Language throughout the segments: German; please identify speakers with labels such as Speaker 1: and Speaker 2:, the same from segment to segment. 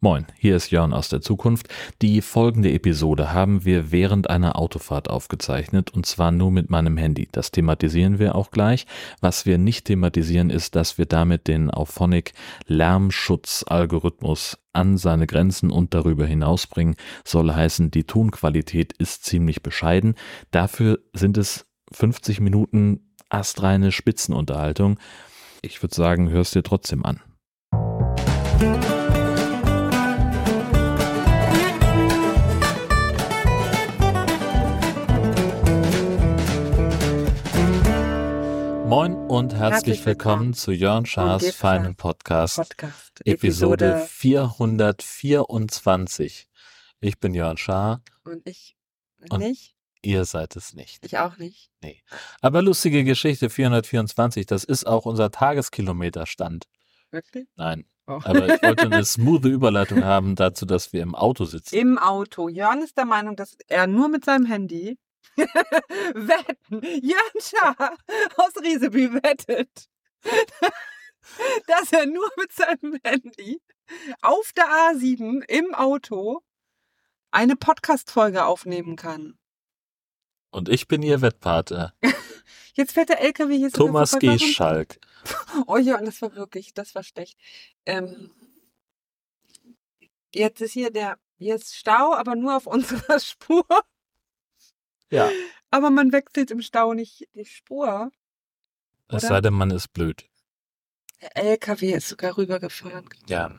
Speaker 1: Moin, hier ist Jörn aus der Zukunft. Die folgende Episode haben wir während einer Autofahrt aufgezeichnet und zwar nur mit meinem Handy. Das thematisieren wir auch gleich. Was wir nicht thematisieren ist, dass wir damit den Auphonic Lärmschutzalgorithmus an seine Grenzen und darüber hinausbringen. Soll heißen, die Tonqualität ist ziemlich bescheiden. Dafür sind es 50 Minuten astreine Spitzenunterhaltung. Ich würde sagen, hörst dir trotzdem an. Moin und herzlich,
Speaker 2: Herzlich
Speaker 1: willkommen,
Speaker 2: willkommen
Speaker 1: zu Jörn Schars
Speaker 2: Gibt's
Speaker 1: feinem
Speaker 2: einen
Speaker 1: Podcast,
Speaker 2: Podcast
Speaker 1: Episode 424. Ich bin Jörn Schaar,
Speaker 2: und ich
Speaker 1: Und-
Speaker 2: nicht,
Speaker 1: ihr seid es nicht.
Speaker 2: ich auch nicht.
Speaker 1: Aber lustige Geschichte 424, das ist auch unser Tageskilometerstand.
Speaker 2: Wirklich?
Speaker 1: Nein,
Speaker 2: Oh.
Speaker 1: aber ich wollte eine smooth Überleitung haben dazu, dass wir im Auto sitzen.
Speaker 2: Im Auto. Jörn ist der Meinung, dass er nur mit seinem Handy wetten. Jörn Schaar aus Rieseby wettet, dass er nur mit seinem Handy auf der A7 im Auto eine Podcast-Folge aufnehmen kann.
Speaker 1: Und ich bin ihr Wettpate,
Speaker 2: Jetzt fährt der LKW hier sogar
Speaker 1: Thomas G.
Speaker 2: vorbei. Warum-
Speaker 1: Schalk.
Speaker 2: Oh ja, das war wirklich, das war schlecht. Ähm, jetzt ist hier der, jetzt Stau, aber nur auf unserer Spur.
Speaker 1: Ja,
Speaker 2: Aber man wechselt im Stau nicht die Spur.
Speaker 1: es
Speaker 2: Oder?
Speaker 1: sei denn, man ist blöd.
Speaker 2: Der LKW ist sogar rübergefahren.
Speaker 1: Ja.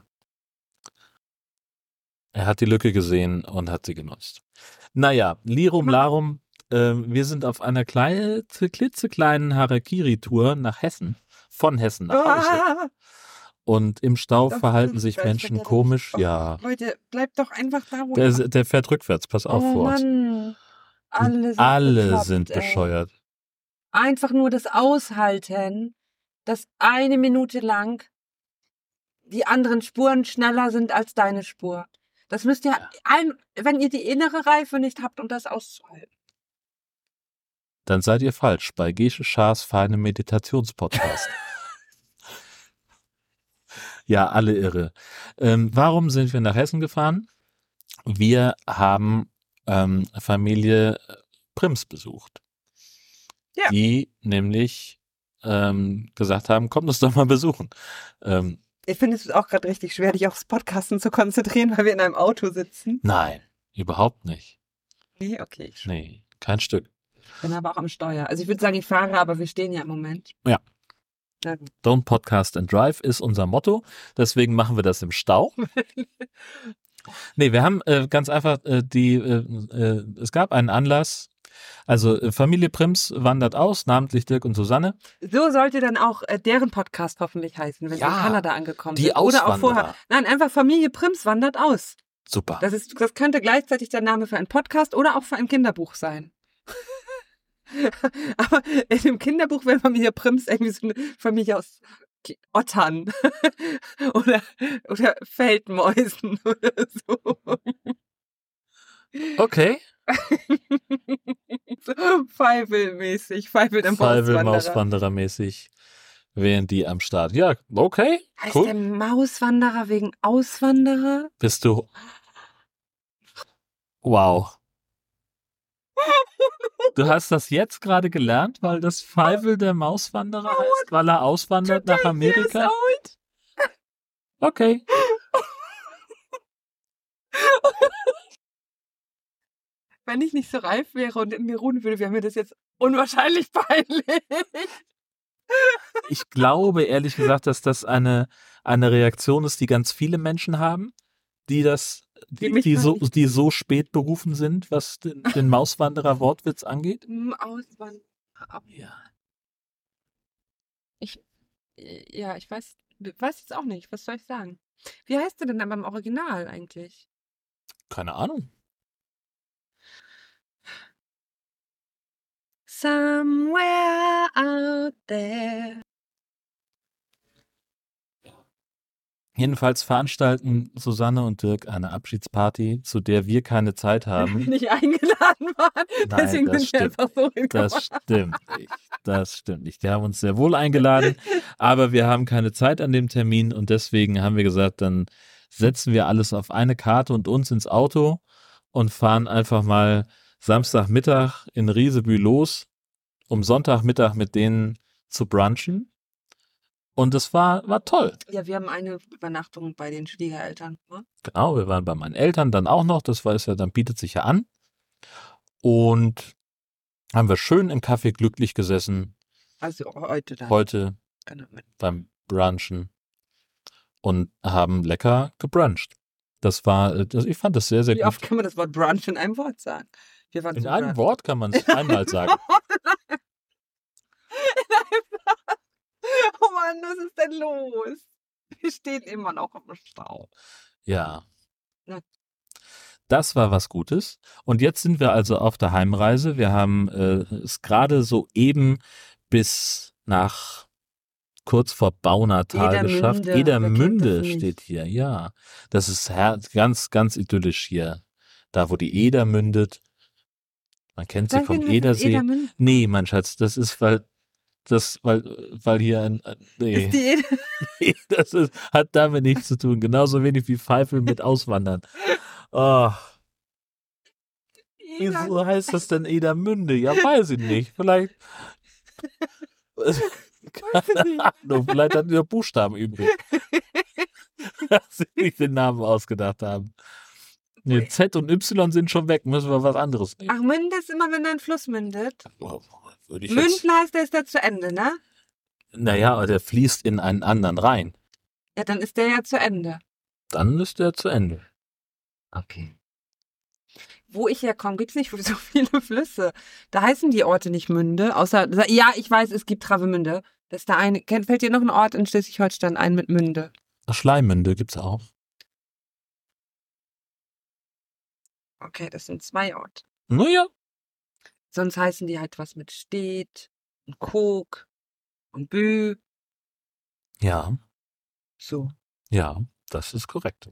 Speaker 1: Er hat die Lücke gesehen und hat sie genutzt. Naja, Lirum
Speaker 2: Hm.
Speaker 1: Larum, ähm, wir sind auf einer kleine, klitzekleinen Harakiri-Tour nach Hessen. Von Hessen nach Hause.
Speaker 2: Ah,
Speaker 1: Und im Stau
Speaker 2: Das
Speaker 1: verhalten
Speaker 2: ist
Speaker 1: sich
Speaker 2: das
Speaker 1: Menschen
Speaker 2: Verkehrte.
Speaker 1: komisch.
Speaker 2: Oh,
Speaker 1: Ja,
Speaker 2: Leute, bleibt doch einfach da, wo
Speaker 1: der,
Speaker 2: ihr-
Speaker 1: der fährt rückwärts, pass auf
Speaker 2: Oh
Speaker 1: vor uns.
Speaker 2: Mann. Alle sind,
Speaker 1: Alle
Speaker 2: bekloppt,
Speaker 1: sind
Speaker 2: ey.
Speaker 1: bescheuert.
Speaker 2: Einfach nur das Aushalten, dass eine Minute lang die anderen Spuren schneller sind als deine Spur. Das müsst ihr, ein, wenn ihr die innere Reife nicht habt, um das auszuhalten.
Speaker 1: Dann seid ihr falsch bei Gesche Schars feinem Meditationspodcast. ja, alle irre. Ähm, warum sind wir nach Hessen gefahren? Wir haben ähm, Familie äh, Prims besucht.
Speaker 2: Ja.
Speaker 1: Die nämlich ähm, gesagt haben, kommt uns doch mal besuchen. Ähm,
Speaker 2: Ich finde es auch gerade richtig schwer, dich aufs Podcasten zu konzentrieren, weil wir in einem Auto sitzen.
Speaker 1: nein, überhaupt nicht.
Speaker 2: Nee, okay. Ich
Speaker 1: Nee, kein Stück.
Speaker 2: bin aber auch am Steuer. Also ich würde sagen, ich fahre, aber wir stehen ja im Moment.
Speaker 1: Ja.
Speaker 2: Na gut.
Speaker 1: Don't Podcast and Drive ist unser Motto. Deswegen machen wir das im Stau. nee, wir haben äh, ganz einfach äh, die, äh, äh, es gab einen Anlass. Also äh, Familie Prims wandert aus, namentlich Dirk und Susanne.
Speaker 2: So sollte dann auch äh, deren Podcast hoffentlich heißen, wenn sie
Speaker 1: Ja,
Speaker 2: in Kanada angekommen
Speaker 1: Die
Speaker 2: sind. Oder auch vorher.
Speaker 1: Auswanderer.
Speaker 2: Nein, einfach Familie Prims wandert aus.
Speaker 1: Super.
Speaker 2: Das, ist, das könnte gleichzeitig der Name für einen Podcast oder auch für ein Kinderbuch sein. Aber in dem Kinderbuch wäre Familie Prims irgendwie so eine Familie aus K- Ottern oder, oder Feldmäusen oder so.
Speaker 1: Okay.
Speaker 2: so Feivelmäßig, Feivel im
Speaker 1: Falve
Speaker 2: Mauswanderer.
Speaker 1: Mauswanderermäßig wären die am Start. Ja, okay.
Speaker 2: Heißt der
Speaker 1: Cool.
Speaker 2: Mauswanderer wegen Auswanderer?
Speaker 1: Bist du. Wow. Du hast das jetzt gerade gelernt, weil das Feivel der Mauswanderer heißt, weil er auswandert nach
Speaker 2: Yes,
Speaker 1: Amerika?
Speaker 2: old.
Speaker 1: Okay.
Speaker 2: Wenn ich nicht so reif wäre und in mir ruhen würde, wäre mir das jetzt unwahrscheinlich peinlich.
Speaker 1: Ich glaube ehrlich gesagt, dass das eine, eine Reaktion ist, die ganz viele Menschen haben, die das, die,
Speaker 2: Die mich
Speaker 1: die, so,
Speaker 2: peinlich-
Speaker 1: die so spät berufen sind, was den, den Mauswanderer-Wortwitz angeht.
Speaker 2: Auswanderer.
Speaker 1: Ja.
Speaker 2: äh, Ja, ich weiß, weiß jetzt auch nicht. Was soll ich sagen? Wie heißt du denn aber im Original eigentlich?
Speaker 1: Keine Ahnung.
Speaker 2: Somewhere out there.
Speaker 1: Jedenfalls veranstalten Susanne und Dirk eine Abschiedsparty, zu der wir keine Zeit haben.
Speaker 2: Nicht eingeladen waren.
Speaker 1: Nein,
Speaker 2: Deswegen
Speaker 1: das
Speaker 2: sind wir
Speaker 1: stimmt.
Speaker 2: einfach so hingekommen.
Speaker 1: Das stimmt nicht. Das stimmt nicht. Die haben uns sehr wohl eingeladen, aber wir haben keine Zeit an dem Termin und deswegen haben wir gesagt, dann setzen wir alles auf eine Karte und uns ins Auto und fahren einfach mal Samstagmittag in Riesebü los, um Sonntagmittag mit denen zu brunchen. Und es war, war toll.
Speaker 2: Ja, wir haben eine Übernachtung bei den Schwiegereltern. Ne?
Speaker 1: Genau, wir waren bei meinen Eltern dann auch noch. Das weiß ja, dann bietet sich ja an. Und haben wir schön im Café glücklich gesessen.
Speaker 2: Also heute dann.
Speaker 1: Heute
Speaker 2: Genau.
Speaker 1: beim Brunchen und haben lecker gebruncht. Das war, äh, das, ich fand das sehr, sehr
Speaker 2: Wie
Speaker 1: gut.
Speaker 2: oft kann man das Wort Brunch in einem Wort sagen? Wir waren
Speaker 1: In
Speaker 2: zu
Speaker 1: einem
Speaker 2: brunch.
Speaker 1: Wort kann man es einmal sagen.
Speaker 2: Oh Mann, was ist denn los? Wir stehen immer noch im Stau.
Speaker 1: Ja.
Speaker 2: Na.
Speaker 1: Das war was Gutes. Und jetzt sind wir also auf der Heimreise. Wir haben äh, es gerade so eben bis nach kurz vor Baunatal geschafft.
Speaker 2: Edermünde. Wer
Speaker 1: Edermünde
Speaker 2: kennt das nicht?
Speaker 1: steht hier, ja. Das ist her- ganz, ganz idyllisch hier. Da, wo die Eder mündet. Man kennt eh, sie
Speaker 2: Sag mir
Speaker 1: vom
Speaker 2: nur, das ist
Speaker 1: Edersee.
Speaker 2: Edermünde.
Speaker 1: Nee, mein Schatz, das ist, weil das, weil, äh, weil hier ein. ein- Nee.
Speaker 2: Ist die Eder
Speaker 1: Nee, das ist, hat damit nichts zu tun. Genauso wenig wie Pfeifel mit Auswandern. Oh,
Speaker 2: Eder
Speaker 1: wieso heißt das denn Edermünde? Ja, weiß ich nicht. Vielleicht.
Speaker 2: weiß ich nicht.
Speaker 1: Ahnung, vielleicht hat nur Buchstaben übrig. Dass sie nicht den Namen ausgedacht haben. Nee, Z und Y sind schon weg, müssen wir was anderes nehmen.
Speaker 2: Ach, Münde ist immer, wenn ein Fluss mündet.
Speaker 1: Oh, Würde ich jetzt.
Speaker 2: Münden heißt, der ist da zu Ende, ne?
Speaker 1: Naja, aber der fließt in einen anderen rein.
Speaker 2: Ja, dann ist der ja zu Ende.
Speaker 1: Dann ist der zu Ende.
Speaker 2: Okay. Wo ich herkomme, gibt es nicht so viele Flüsse. Da heißen die Orte nicht Münde, außer, ja, ich weiß, es gibt Travemünde. Das ist der eine. Kennt- Fällt dir noch ein Ort in Schleswig-Holstein ein mit Münde?
Speaker 1: Ach, Schleimünde gibt's auch.
Speaker 2: Okay, das sind zwei Orte.
Speaker 1: Naja,
Speaker 2: Sonst heißen die halt was mit Stedt und Kog und Bü.
Speaker 1: ja,
Speaker 2: So.
Speaker 1: ja, das ist korrekt.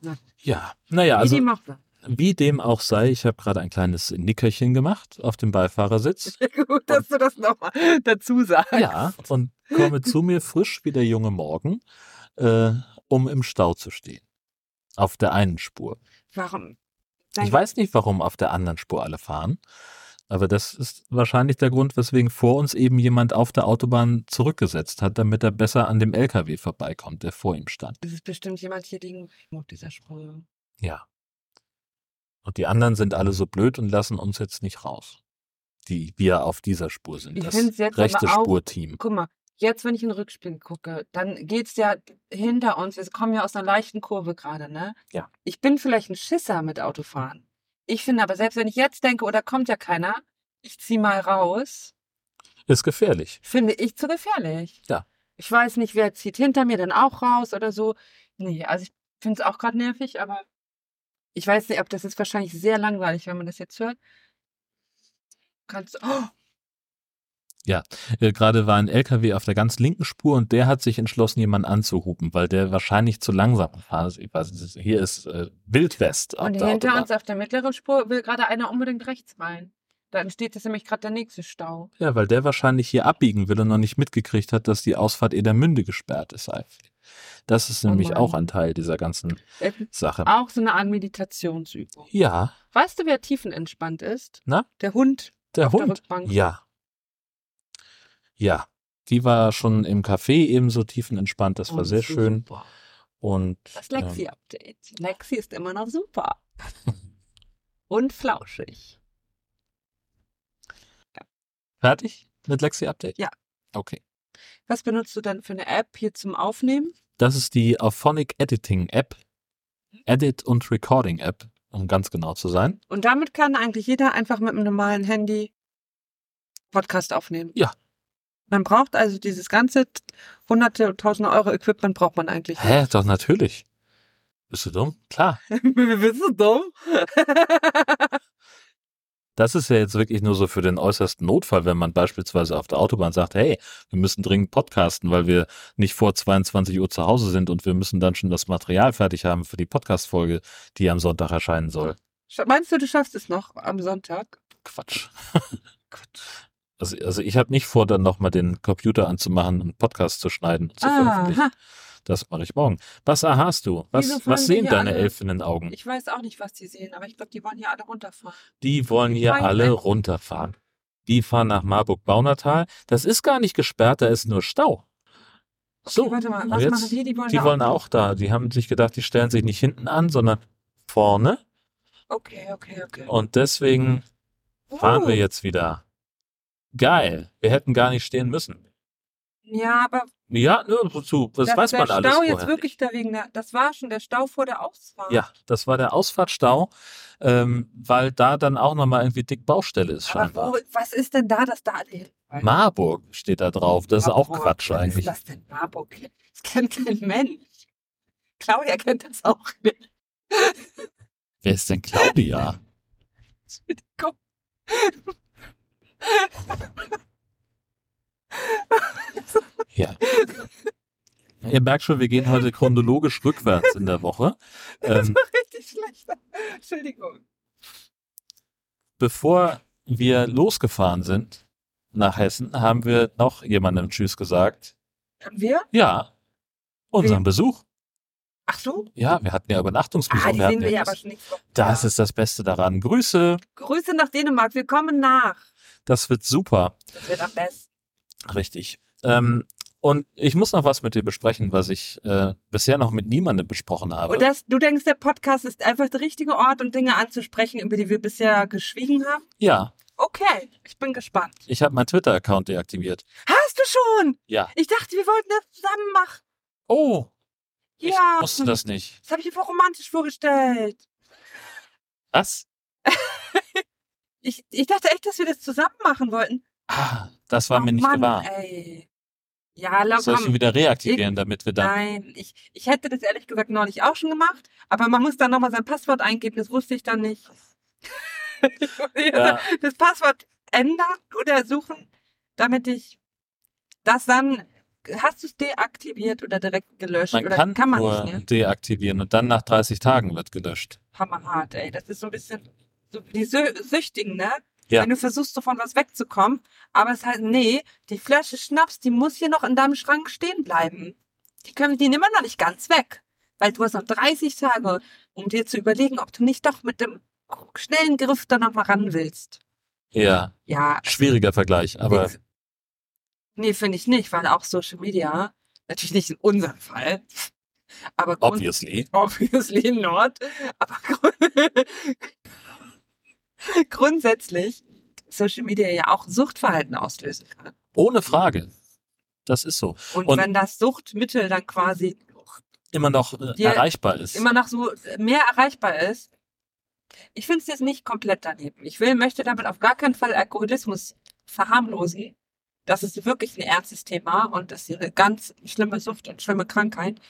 Speaker 2: Na.
Speaker 1: Ja, naja,
Speaker 2: Also, die
Speaker 1: also
Speaker 2: macht das.
Speaker 1: wie dem auch sei, ich habe gerade ein kleines Nickerchen gemacht auf dem Beifahrersitz.
Speaker 2: Gut, dass du das nochmal dazu sagst.
Speaker 1: Ja, und komme zu mir frisch wie der junge Morgen, äh, um im Stau zu stehen. Auf der einen Spur.
Speaker 2: Warum?
Speaker 1: Ich weiß nicht, warum auf der anderen Spur alle fahren, aber das ist wahrscheinlich der Grund, weswegen vor uns eben jemand auf der Autobahn zurückgesetzt hat, damit er besser an dem LKW vorbeikommt, der vor ihm stand.
Speaker 2: Es ist bestimmt jemand hier liegen auf dieser Sprung.
Speaker 1: Ja. Und die anderen sind alle so blöd und lassen uns jetzt nicht raus. Die wir auf dieser Spur sind.
Speaker 2: Ich
Speaker 1: das
Speaker 2: find's jetzt
Speaker 1: rechte
Speaker 2: aber auch-
Speaker 1: Spurteam.
Speaker 2: Guck mal, jetzt, wenn ich in den Rückspiegel gucke, dann geht's ja hinter uns. Wir kommen ja aus einer leichten Kurve gerade, ne?
Speaker 1: Ja.
Speaker 2: Ich bin vielleicht ein Schisser mit Autofahren. Ich finde aber, selbst wenn ich jetzt denke, oder kommt ja keiner, ich zieh mal raus,
Speaker 1: Ist gefährlich.
Speaker 2: finde ich zu gefährlich.
Speaker 1: Ja.
Speaker 2: Ich weiß nicht, wer zieht hinter mir dann auch raus oder so. Nee, also ich finde es auch gerade nervig, aber ich weiß nicht, ob das ist wahrscheinlich sehr langweilig, wenn man das jetzt hört. Kannst oh,
Speaker 1: Äh, Gerade war ein LKW auf der ganz linken Spur und der hat sich entschlossen, jemanden anzuhupen, weil der wahrscheinlich zu langsam war. Also ich weiß nicht, Hier ist äh, Wildwest. auf
Speaker 2: Und
Speaker 1: der
Speaker 2: hinter
Speaker 1: Autobahn.
Speaker 2: uns auf der mittleren Spur will gerade einer unbedingt rechts rein. Da entsteht jetzt nämlich gerade der nächste Stau.
Speaker 1: Ja, weil der wahrscheinlich hier abbiegen will und noch nicht mitgekriegt hat, dass die Ausfahrt Edermünde gesperrt ist. Das ist
Speaker 2: Oh
Speaker 1: nämlich
Speaker 2: Mann.
Speaker 1: auch ein Teil dieser ganzen
Speaker 2: Äh,
Speaker 1: Sache.
Speaker 2: Auch so eine Art Meditationsübung.
Speaker 1: Ja,
Speaker 2: Weißt du, wer tiefenentspannt ist?
Speaker 1: Na?
Speaker 2: Der Hund
Speaker 1: der
Speaker 2: auf der
Speaker 1: Hund.
Speaker 2: Rückbank.
Speaker 1: Ja. Ja. Die war schon im Café ebenso tiefenentspannt. Das war
Speaker 2: Und
Speaker 1: sehr
Speaker 2: so
Speaker 1: schön.
Speaker 2: Super.
Speaker 1: Und
Speaker 2: Das
Speaker 1: ähm,
Speaker 2: Lexi-Update. Lexi ist immer noch super. Und flauschig.
Speaker 1: fertig mit Lexi-Update?
Speaker 2: Ja.
Speaker 1: Okay.
Speaker 2: Was benutzt du dann für eine App hier zum Aufnehmen?
Speaker 1: Das ist die Auphonic Editing App. Edit und Recording App, um ganz genau zu sein.
Speaker 2: Und damit kann eigentlich jeder einfach mit einem normalen Handy Podcast aufnehmen.
Speaker 1: Ja.
Speaker 2: Man braucht also dieses ganze hunderte und tausende Euro Equipment braucht man eigentlich.
Speaker 1: Hä? Doch, natürlich. Bist du dumm? Klar.
Speaker 2: Bist du dumm?
Speaker 1: Das ist ja jetzt wirklich nur so für den äußersten Notfall, wenn man beispielsweise auf der Autobahn sagt, hey, wir müssen dringend podcasten, weil wir nicht vor 22 Uhr zu Hause sind und wir müssen dann schon das Material fertig haben für die Podcast-Folge, die am Sonntag erscheinen soll.
Speaker 2: Meinst du, du schaffst es noch am Sonntag?
Speaker 1: Quatsch. Also, also ich habe nicht vor, dann nochmal den Computer anzumachen und Podcast zu schneiden und zu veröffentlichen.
Speaker 2: Aha,
Speaker 1: Das mache ich morgen. Was erhast du?
Speaker 2: Wieso
Speaker 1: Was,
Speaker 2: fahren
Speaker 1: was
Speaker 2: wir
Speaker 1: sehen
Speaker 2: hier
Speaker 1: deine
Speaker 2: alle?
Speaker 1: elfenen Augen?
Speaker 2: ich weiß auch nicht, was die sehen, aber ich glaube, die wollen hier alle runterfahren.
Speaker 1: Die wollen hier
Speaker 2: fahren
Speaker 1: alle
Speaker 2: weg.
Speaker 1: runterfahren. Die fahren nach Marburg-Baunatal. Das ist gar nicht gesperrt, da ist nur Stau. So,
Speaker 2: Okay, warte mal,
Speaker 1: und
Speaker 2: was
Speaker 1: jetzt-
Speaker 2: machen die? Die wollen,
Speaker 1: die
Speaker 2: da
Speaker 1: wollen
Speaker 2: auch-
Speaker 1: auch da. Die haben sich gedacht, die stellen sich nicht hinten an, sondern vorne.
Speaker 2: Okay, okay, okay.
Speaker 1: Und deswegen Oh, fahren
Speaker 2: Uh,
Speaker 1: wir jetzt wieder. Geil. Wir hätten gar nicht stehen müssen.
Speaker 2: Ja, aber
Speaker 1: Ja, nur zu. Das
Speaker 2: dass
Speaker 1: weiß
Speaker 2: der
Speaker 1: man alles.
Speaker 2: Stau jetzt
Speaker 1: vorher.
Speaker 2: wirklich da wegen der, das war schon der Stau vor der Ausfahrt.
Speaker 1: Ja, das war der Ausfahrtstau, ähm, weil da dann auch nochmal irgendwie dick Baustelle ist
Speaker 2: aber
Speaker 1: scheinbar.
Speaker 2: wo, was ist denn da, dass da alle hin?
Speaker 1: Marburg steht da drauf. Das ist auch
Speaker 2: Marburg.
Speaker 1: Quatsch
Speaker 2: Was
Speaker 1: eigentlich.
Speaker 2: ist das denn Marburg? Das kennt kein Mensch. Claudia kennt das auch nicht.
Speaker 1: Wer ist denn Claudia?
Speaker 2: Entschuldigung.
Speaker 1: Ja. Ihr merkt schon, wir gehen heute chronologisch rückwärts in der Woche.
Speaker 2: Das
Speaker 1: Ähm,
Speaker 2: war richtig schlecht. Entschuldigung.
Speaker 1: bevor wir losgefahren sind nach Hessen, haben wir noch jemandem Tschüss gesagt.
Speaker 2: Haben wir?
Speaker 1: Ja, unseren
Speaker 2: Wen?
Speaker 1: Besuch.
Speaker 2: Ach so.
Speaker 1: Ja, wir hatten ja Übernachtungsbesuch.
Speaker 2: Ah, die
Speaker 1: wir hatten
Speaker 2: sehen wir ja
Speaker 1: das-
Speaker 2: aber schon nicht.
Speaker 1: das ist das Beste daran. Grüße,
Speaker 2: Grüße nach Dänemark. Wir kommen nach.
Speaker 1: das wird super.
Speaker 2: Das wird am besten.
Speaker 1: Richtig. Ähm, und ich muss noch was mit dir besprechen, was ich äh, bisher noch mit niemandem besprochen habe.
Speaker 2: Und das, du denkst, der Podcast ist einfach der richtige Ort, um Dinge anzusprechen, über die wir bisher geschwiegen haben?
Speaker 1: ja,
Speaker 2: Okay, ich bin gespannt.
Speaker 1: ich habe meinen Twitter-Account deaktiviert.
Speaker 2: Hast du schon?
Speaker 1: Ja.
Speaker 2: Ich dachte, wir wollten das zusammen machen.
Speaker 1: Oh, ich
Speaker 2: Ja.
Speaker 1: wusste das nicht.
Speaker 2: Das habe ich mir voll romantisch vorgestellt.
Speaker 1: Was?
Speaker 2: Ich, ich dachte echt, dass wir das zusammen machen wollten.
Speaker 1: Ah, das war
Speaker 2: Oh
Speaker 1: mir nicht
Speaker 2: Mann,
Speaker 1: gewahr.
Speaker 2: Ey. Ja, laut
Speaker 1: Soll ich ihn wieder reaktivieren, damit wir dann.
Speaker 2: Nein, ich, ich hätte das ehrlich gesagt neulich auch schon gemacht, aber man muss dann nochmal sein Passwort eingeben, das wusste ich dann nicht. ich wollte
Speaker 1: Ja.
Speaker 2: ja. das Passwort ändern oder suchen, damit ich das dann. Hast du es deaktiviert oder direkt gelöscht?
Speaker 1: Man
Speaker 2: oder
Speaker 1: kann,
Speaker 2: kann man
Speaker 1: nur
Speaker 2: nicht, ne?
Speaker 1: deaktivieren und dann nach 30 Tagen wird gelöscht.
Speaker 2: Hammerhart, ey. Das ist so ein bisschen so wie die Sü Süchtigen, ne?
Speaker 1: Ja.
Speaker 2: Wenn du versuchst, so von was wegzukommen, aber es halt, nee, die Flasche Schnaps, die muss hier noch in deinem Schrank stehen bleiben. Die können, die nehmen wir noch nicht ganz weg. Weil du hast noch 30 Tage, um dir zu überlegen, ob du nicht doch mit dem schnellen Griff da nochmal ran willst.
Speaker 1: Ja,
Speaker 2: Ja,
Speaker 1: schwieriger Vergleich, aber
Speaker 2: Nix. nee, finde ich nicht, weil auch Social Media, natürlich nicht in unserem Fall, aber grund-
Speaker 1: obviously.
Speaker 2: obviously not. Aber grund- grundsätzlich Social Media ja auch Suchtverhalten auslösen kann.
Speaker 1: Ohne Frage. Das ist so.
Speaker 2: Und,
Speaker 1: Und-
Speaker 2: wenn das Suchtmittel dann quasi
Speaker 1: Immer noch äh,
Speaker 2: Ja,
Speaker 1: erreichbar ist.
Speaker 2: immer noch so äh, mehr erreichbar ist, ich finde es jetzt nicht komplett daneben. Ich will, möchte damit auf gar keinen Fall Alkoholismus verharmlosen. Das ist wirklich ein ernstes Thema und das ist eine ganz schlimme Sucht und schlimme Krankheit.